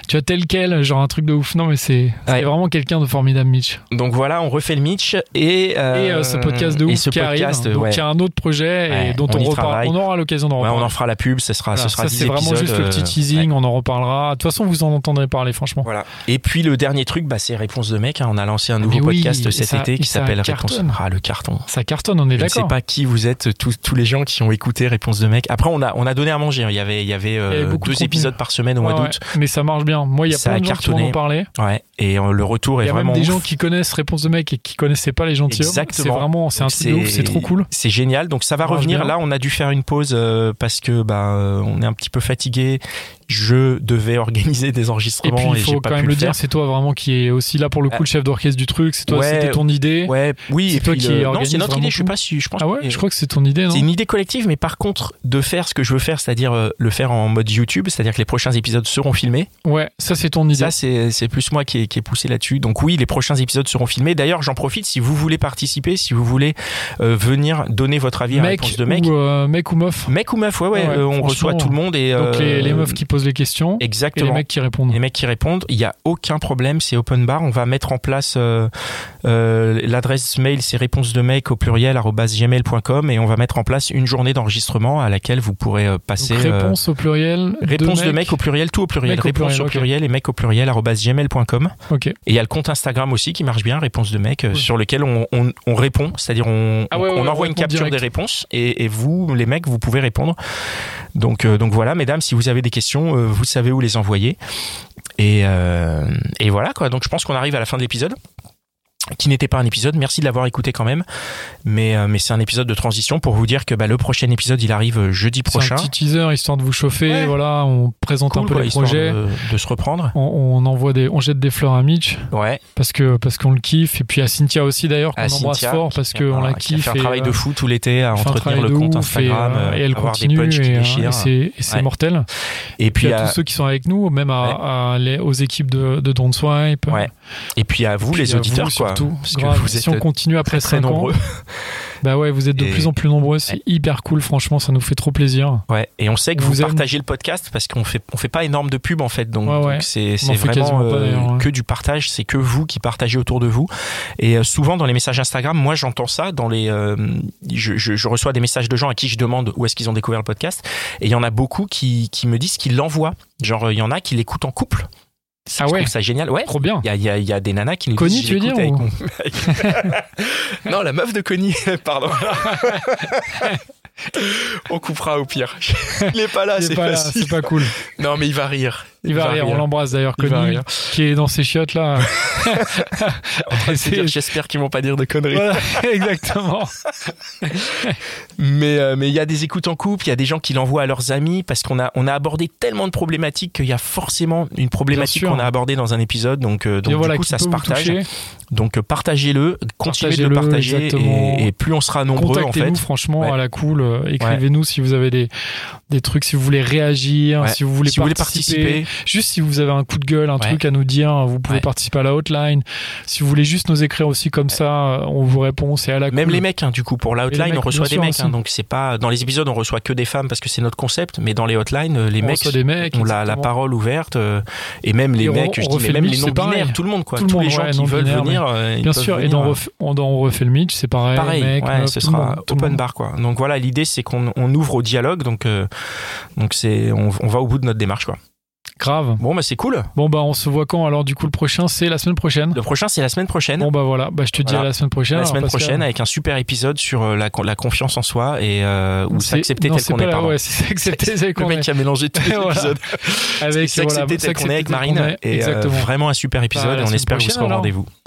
[SPEAKER 1] tu as tel quel, genre un truc de ouf. Non, mais c'est c'est
[SPEAKER 2] Ouais.
[SPEAKER 1] vraiment quelqu'un de formidable, Mitch.
[SPEAKER 2] Donc voilà, on refait le Mitch et, euh,
[SPEAKER 1] et euh, ce podcast de
[SPEAKER 2] et
[SPEAKER 1] ouf
[SPEAKER 2] ce
[SPEAKER 1] qui
[SPEAKER 2] podcast,
[SPEAKER 1] arrive. Donc,
[SPEAKER 2] ouais.
[SPEAKER 1] il y a un autre projet et
[SPEAKER 2] Ouais,
[SPEAKER 1] dont
[SPEAKER 2] on
[SPEAKER 1] on,
[SPEAKER 2] y
[SPEAKER 1] reparle.
[SPEAKER 2] travaille.
[SPEAKER 1] On aura l'occasion d'en
[SPEAKER 2] Ouais,
[SPEAKER 1] reparler.
[SPEAKER 2] on en fera la pub, ce sera,
[SPEAKER 1] Voilà,
[SPEAKER 2] ce sera
[SPEAKER 1] ça
[SPEAKER 2] 10
[SPEAKER 1] c'est vraiment
[SPEAKER 2] épisodes,
[SPEAKER 1] juste le petit
[SPEAKER 2] euh,
[SPEAKER 1] teasing, on en reparlera. De toute façon, vous en entendrez parler, franchement.
[SPEAKER 2] Voilà. Et puis le dernier truc, bah, c'est Réponse de mec. hein. On a lancé un nouveau
[SPEAKER 1] Mais Ah oui,
[SPEAKER 2] podcast
[SPEAKER 1] et
[SPEAKER 2] cet
[SPEAKER 1] ça-
[SPEAKER 2] été
[SPEAKER 1] et
[SPEAKER 2] qui
[SPEAKER 1] ça
[SPEAKER 2] s'appelle Réponse.
[SPEAKER 1] cartonne.
[SPEAKER 2] Ah, le carton.
[SPEAKER 1] Ça cartonne, on est
[SPEAKER 2] Je ne sais
[SPEAKER 1] d'accord.
[SPEAKER 2] pas qui vous êtes, tous, tous les gens qui ont écouté Réponse de mec. Après, on a, on a donné à manger. hein. Il y avait, il y avait, euh,
[SPEAKER 1] Il y avait beaucoup de
[SPEAKER 2] deux
[SPEAKER 1] contenu.
[SPEAKER 2] épisodes par semaine au mois
[SPEAKER 1] Ouais,
[SPEAKER 2] d'août.
[SPEAKER 1] ouais. Mais ça marche bien. Moi, il y a
[SPEAKER 2] Ça
[SPEAKER 1] plein
[SPEAKER 2] a
[SPEAKER 1] de gens qui m'en
[SPEAKER 2] cartonné.
[SPEAKER 1] ont parlé.
[SPEAKER 2] Ouais. Et euh, le retour est
[SPEAKER 1] Il y a
[SPEAKER 2] vraiment.
[SPEAKER 1] même des gens
[SPEAKER 2] ouf.
[SPEAKER 1] qui connaissent Réponse de mec et qui connaissaient pas les gentilshommes. C'est
[SPEAKER 2] Exactement.
[SPEAKER 1] vraiment, c'est un
[SPEAKER 2] Donc,
[SPEAKER 1] truc de ouf, c'est trop cool.
[SPEAKER 2] C'est génial. Donc ça va
[SPEAKER 1] Marche
[SPEAKER 2] revenir.
[SPEAKER 1] bien.
[SPEAKER 2] Là, on a dû faire une pause euh, parce que bah, euh, on est un petit peu fatigué. Je devais organiser des
[SPEAKER 1] Et puis
[SPEAKER 2] enregistrements
[SPEAKER 1] il
[SPEAKER 2] et, j'ai
[SPEAKER 1] faut
[SPEAKER 2] pas
[SPEAKER 1] quand
[SPEAKER 2] pu
[SPEAKER 1] même le dire,
[SPEAKER 2] faire.
[SPEAKER 1] c'est toi vraiment qui est aussi là pour le coup le chef d'orchestre du truc. C'est toi,
[SPEAKER 2] Ouais,
[SPEAKER 1] c'était ton idée.
[SPEAKER 2] Ouais, oui.
[SPEAKER 1] C'est
[SPEAKER 2] et
[SPEAKER 1] toi
[SPEAKER 2] puis
[SPEAKER 1] qui
[SPEAKER 2] le- Non,
[SPEAKER 1] organise
[SPEAKER 2] c'est notre
[SPEAKER 1] vraiment
[SPEAKER 2] idée. Je sais
[SPEAKER 1] tout.
[SPEAKER 2] pas si je pense.
[SPEAKER 1] Ah ouais,
[SPEAKER 2] que-
[SPEAKER 1] je crois que c'est ton idée, non
[SPEAKER 2] C'est une idée collective, mais par contre, de faire ce que je veux faire, c'est-à-dire euh, le faire en mode YouTube, c'est-à-dire que les prochains épisodes seront filmés.
[SPEAKER 1] Ouais, ça c'est ton idée.
[SPEAKER 2] Ça, c'est c'est plus moi qui ai, qui ai poussé là-dessus. Donc oui, les prochains épisodes seront filmés. D'ailleurs, j'en profite, si vous voulez participer, si vous voulez euh, venir donner votre avis à
[SPEAKER 1] mec,
[SPEAKER 2] réponse de mec.
[SPEAKER 1] Ou, euh, mec ou meuf.
[SPEAKER 2] Mec ou meuf, ouais, ouais,
[SPEAKER 1] Ouais, ouais,
[SPEAKER 2] euh, on reçoit
[SPEAKER 1] franchement.
[SPEAKER 2] tout le monde. Et,
[SPEAKER 1] Donc
[SPEAKER 2] euh,
[SPEAKER 1] les, les meufs qui posent les questions et
[SPEAKER 2] Exactement.
[SPEAKER 1] les mecs qui répondent.
[SPEAKER 2] Les mecs qui répondent, il n'y a aucun problème, c'est open bar. On va mettre en place euh, euh, l'adresse mail, c'est réponse de mec au pluriel arobase gmail.com et on va mettre en place une journée d'enregistrement à laquelle vous pourrez euh, passer.
[SPEAKER 1] Donc,
[SPEAKER 2] euh,
[SPEAKER 1] réponse au pluriel.
[SPEAKER 2] réponse de
[SPEAKER 1] deux
[SPEAKER 2] mec. au pluriel, tout au pluriel.
[SPEAKER 1] Mec au
[SPEAKER 2] réponse
[SPEAKER 1] pluriel,
[SPEAKER 2] au
[SPEAKER 1] ok.
[SPEAKER 2] pluriel et mec au pluriel arobase gmail.com.
[SPEAKER 1] Ok.
[SPEAKER 2] Et il y a le compte Instagram aussi qui marche bien, réponse de mec, euh,
[SPEAKER 1] Cool.
[SPEAKER 2] sur lequel on, on- on répond, c'est-à-dire on,
[SPEAKER 1] Ah ouais,
[SPEAKER 2] on- on
[SPEAKER 1] ouais, on
[SPEAKER 2] envoie une
[SPEAKER 1] répond
[SPEAKER 2] capture
[SPEAKER 1] direct.
[SPEAKER 2] des réponses et, et vous, les mecs, vous pouvez répondre. Donc, euh, donc voilà, mesdames, si vous avez des questions, euh, vous savez où les envoyer. Et, euh, et voilà quoi. Donc je pense qu'on arrive à la fin de l'épisode qui n'était pas un épisode, merci de l'avoir écouté quand même, mais, euh, mais c'est un épisode de transition pour vous dire que bah, le prochain épisode il arrive euh, jeudi
[SPEAKER 1] C'est
[SPEAKER 2] prochain,
[SPEAKER 1] un petit teaser histoire de vous chauffer.
[SPEAKER 2] Ouais.
[SPEAKER 1] Voilà, on présente
[SPEAKER 2] Cool,
[SPEAKER 1] un peu
[SPEAKER 2] quoi,
[SPEAKER 1] les
[SPEAKER 2] histoire
[SPEAKER 1] projets.
[SPEAKER 2] de, de se reprendre.
[SPEAKER 1] On, on envoie des, on jette des fleurs à Mitch
[SPEAKER 2] Ouais,
[SPEAKER 1] parce que parce qu'on le kiffe et puis à Cynthia aussi d'ailleurs qu'on
[SPEAKER 2] à
[SPEAKER 1] embrasse
[SPEAKER 2] Cynthia,
[SPEAKER 1] fort parce
[SPEAKER 2] qui-
[SPEAKER 1] qu'on la
[SPEAKER 2] qui a
[SPEAKER 1] kiffe.
[SPEAKER 2] fait un
[SPEAKER 1] et,
[SPEAKER 2] travail de
[SPEAKER 1] euh,
[SPEAKER 2] fou tout l'été à
[SPEAKER 1] fait un
[SPEAKER 2] entretenir
[SPEAKER 1] travail
[SPEAKER 2] le
[SPEAKER 1] de
[SPEAKER 2] compte
[SPEAKER 1] ouf
[SPEAKER 2] Instagram,
[SPEAKER 1] et, euh,
[SPEAKER 2] euh,
[SPEAKER 1] et elle
[SPEAKER 2] avoir
[SPEAKER 1] continue
[SPEAKER 2] des punchs qui
[SPEAKER 1] et, euh,
[SPEAKER 2] déchirent.
[SPEAKER 1] et c'est et c'est
[SPEAKER 2] Ouais.
[SPEAKER 1] mortel.
[SPEAKER 2] Et
[SPEAKER 1] Puis,
[SPEAKER 2] puis euh,
[SPEAKER 1] à, tous
[SPEAKER 2] à,
[SPEAKER 1] ceux qui sont avec nous, même à, à les- aux équipes de, de Don't Swipe.
[SPEAKER 2] Ouais. et puis à vous
[SPEAKER 1] Puis
[SPEAKER 2] les
[SPEAKER 1] à
[SPEAKER 2] auditeurs
[SPEAKER 1] vous,
[SPEAKER 2] quoi,
[SPEAKER 1] surtout.
[SPEAKER 2] parce que
[SPEAKER 1] Grave.
[SPEAKER 2] vous êtes
[SPEAKER 1] si on continue après
[SPEAKER 2] très très
[SPEAKER 1] 5 ans,
[SPEAKER 2] nombreux.
[SPEAKER 1] bah ouais, vous êtes de
[SPEAKER 2] Et-
[SPEAKER 1] plus en plus nombreux. C'est hyper cool, franchement, ça nous fait trop plaisir.
[SPEAKER 2] Ouais. Et on sait que
[SPEAKER 1] Vous
[SPEAKER 2] vous,
[SPEAKER 1] aime-
[SPEAKER 2] partagez le podcast parce qu'on fait on fait pas énorme de pub en fait, donc
[SPEAKER 1] Ouais, ouais.
[SPEAKER 2] donc c'est c'est
[SPEAKER 1] fait
[SPEAKER 2] vraiment
[SPEAKER 1] quasiment pas,
[SPEAKER 2] euh,
[SPEAKER 1] d'ailleurs, ouais.
[SPEAKER 2] que du partage, c'est que vous qui partagez autour de vous. Et euh, souvent dans les messages Instagram, moi j'entends ça dans les, euh, je, je, je reçois des messages de gens à qui je demande où est-ce qu'ils ont découvert le podcast, et il y en a beaucoup qui qui me disent qu'ils l'envoient. Genre il y en a qui l'écoutent en couple.
[SPEAKER 1] Ah
[SPEAKER 2] Je
[SPEAKER 1] ouais,
[SPEAKER 2] trouve ça génial. Ouais.
[SPEAKER 1] trop bien.
[SPEAKER 2] Il y a, il y a- il y a des nanas qui nous
[SPEAKER 1] Connie,
[SPEAKER 2] disent,
[SPEAKER 1] tu veux
[SPEAKER 2] j'écoute
[SPEAKER 1] dire,
[SPEAKER 2] avec mon- [LAUGHS] Non, la meuf de Connie,
[SPEAKER 1] [LAUGHS]
[SPEAKER 2] pardon. On coupera au pire. [LAUGHS] Il est pas là,
[SPEAKER 1] Il est
[SPEAKER 2] Ah, c'est
[SPEAKER 1] pas là,
[SPEAKER 2] facile.
[SPEAKER 1] c'est pas cool.
[SPEAKER 2] Non, mais il va rire.
[SPEAKER 1] Il va rire, on l'embrasse d'ailleurs,
[SPEAKER 2] Il va
[SPEAKER 1] Connie,
[SPEAKER 2] rire.
[SPEAKER 1] qui est dans ses chiottes
[SPEAKER 2] [LAUGHS]
[SPEAKER 1] là.
[SPEAKER 2] En [LAUGHS] train de se dire,
[SPEAKER 1] C'est-
[SPEAKER 2] J'espère qu'ils vont pas dire de conneries.
[SPEAKER 1] Voilà, [LAUGHS] exactement.
[SPEAKER 2] Mais euh, mais il y a des écoutes en couple, il y a des gens qui l'envoient à leurs amis parce qu'on a on a abordé tellement de problématiques qu'il y a forcément une problématique
[SPEAKER 1] sûr.
[SPEAKER 2] qu'on a abordée dans un épisode. Donc euh, donc
[SPEAKER 1] Et
[SPEAKER 2] du
[SPEAKER 1] voilà,
[SPEAKER 2] coup
[SPEAKER 1] qui
[SPEAKER 2] ça
[SPEAKER 1] peut
[SPEAKER 2] se
[SPEAKER 1] vous
[SPEAKER 2] partage.
[SPEAKER 1] toucher.
[SPEAKER 2] Donc euh, partagez-le, continuez de le
[SPEAKER 1] Partagez-le,
[SPEAKER 2] partager
[SPEAKER 1] exactement.
[SPEAKER 2] et, et plus on sera nombreux en
[SPEAKER 1] Contactez-nous
[SPEAKER 2] fait.
[SPEAKER 1] franchement
[SPEAKER 2] Ouais.
[SPEAKER 1] à la cool. Euh, Écrivez-nous si vous avez des, des trucs, si vous voulez réagir,
[SPEAKER 2] Ouais.
[SPEAKER 1] si vous voulez
[SPEAKER 2] si vous voulez participer,
[SPEAKER 1] Juste si vous avez un coup de gueule, un
[SPEAKER 2] Ouais.
[SPEAKER 1] truc à nous dire, hein, vous pouvez
[SPEAKER 2] Ouais.
[SPEAKER 1] participer à la hotline. Si vous voulez juste nous écrire aussi comme ça, euh, on vous répond, c'est à la
[SPEAKER 2] Même
[SPEAKER 1] cool.
[SPEAKER 2] les mecs, hein, du coup, pour la
[SPEAKER 1] les
[SPEAKER 2] hotline,
[SPEAKER 1] mecs,
[SPEAKER 2] on reçoit
[SPEAKER 1] bien
[SPEAKER 2] des
[SPEAKER 1] sûr,
[SPEAKER 2] mecs. hein,
[SPEAKER 1] aussi.
[SPEAKER 2] donc c'est pas dans les épisodes, on reçoit que des femmes parce que c'est notre concept. Mais dans les hotlines, euh, les
[SPEAKER 1] On
[SPEAKER 2] mecs,
[SPEAKER 1] reçoit des mecs,
[SPEAKER 2] ont la, la
[SPEAKER 1] exactement.
[SPEAKER 2] parole ouverte euh, et même les
[SPEAKER 1] Et on-
[SPEAKER 2] mecs, je
[SPEAKER 1] on
[SPEAKER 2] dis, mais
[SPEAKER 1] refait le
[SPEAKER 2] même
[SPEAKER 1] mix,
[SPEAKER 2] les
[SPEAKER 1] c'est
[SPEAKER 2] non binaires,
[SPEAKER 1] pareil.
[SPEAKER 2] tout le monde quoi.
[SPEAKER 1] Tout le
[SPEAKER 2] Tous les
[SPEAKER 1] monde,
[SPEAKER 2] gens
[SPEAKER 1] ouais,
[SPEAKER 2] qui veulent
[SPEAKER 1] non-binaires,
[SPEAKER 2] venir, euh, ils
[SPEAKER 1] Bien
[SPEAKER 2] peuvent
[SPEAKER 1] sûr, et
[SPEAKER 2] venir,
[SPEAKER 1] dans,
[SPEAKER 2] euh,
[SPEAKER 1] refait, on, dans on refait le Mitch, c'est pareil.
[SPEAKER 2] Pareil,
[SPEAKER 1] mec,
[SPEAKER 2] ouais,
[SPEAKER 1] meuf,
[SPEAKER 2] ce
[SPEAKER 1] tout
[SPEAKER 2] sera
[SPEAKER 1] le monde, tout le
[SPEAKER 2] open
[SPEAKER 1] monde.
[SPEAKER 2] bar quoi. Donc voilà, l'idée c'est qu'on on ouvre au dialogue, donc euh, donc c'est on, on va au bout de notre démarche quoi.
[SPEAKER 1] Grave.
[SPEAKER 2] Bon bah c'est cool.
[SPEAKER 1] Bon, bah, on se voit quand Alors, du coup, le prochain, c'est la semaine prochaine.
[SPEAKER 2] Le prochain c'est la semaine prochaine.
[SPEAKER 1] Bon, bah voilà, bah, je te dis
[SPEAKER 2] Voilà.
[SPEAKER 1] à la semaine prochaine.
[SPEAKER 2] la
[SPEAKER 1] Alors,
[SPEAKER 2] semaine
[SPEAKER 1] Pascal,
[SPEAKER 2] prochaine avec un super épisode sur euh, la, con- la confiance en soi et euh, où
[SPEAKER 1] c'est-
[SPEAKER 2] s'accepter
[SPEAKER 1] non,
[SPEAKER 2] tel
[SPEAKER 1] c'est
[SPEAKER 2] qu'on
[SPEAKER 1] pas
[SPEAKER 2] est.
[SPEAKER 1] la-
[SPEAKER 2] pardon.
[SPEAKER 1] Ouais, c'est s'accepter tel
[SPEAKER 2] Le
[SPEAKER 1] qu'on
[SPEAKER 2] mec
[SPEAKER 1] est.
[SPEAKER 2] qui a
[SPEAKER 1] [LAUGHS]
[SPEAKER 2] mélangé tous les
[SPEAKER 1] Voilà.
[SPEAKER 2] épisodes.
[SPEAKER 1] Avec, voilà,
[SPEAKER 2] S'accepter tel qu'on est
[SPEAKER 1] s'accepter
[SPEAKER 2] avec
[SPEAKER 1] tel qu'on
[SPEAKER 2] Marine
[SPEAKER 1] est,
[SPEAKER 2] et euh,
[SPEAKER 1] Exactement.
[SPEAKER 2] vraiment un super
[SPEAKER 1] Bah, à
[SPEAKER 2] épisode
[SPEAKER 1] la
[SPEAKER 2] et on
[SPEAKER 1] semaine
[SPEAKER 2] espère que vous
[SPEAKER 1] prochaine,
[SPEAKER 2] serez au
[SPEAKER 1] alors.
[SPEAKER 2] rendez-vous.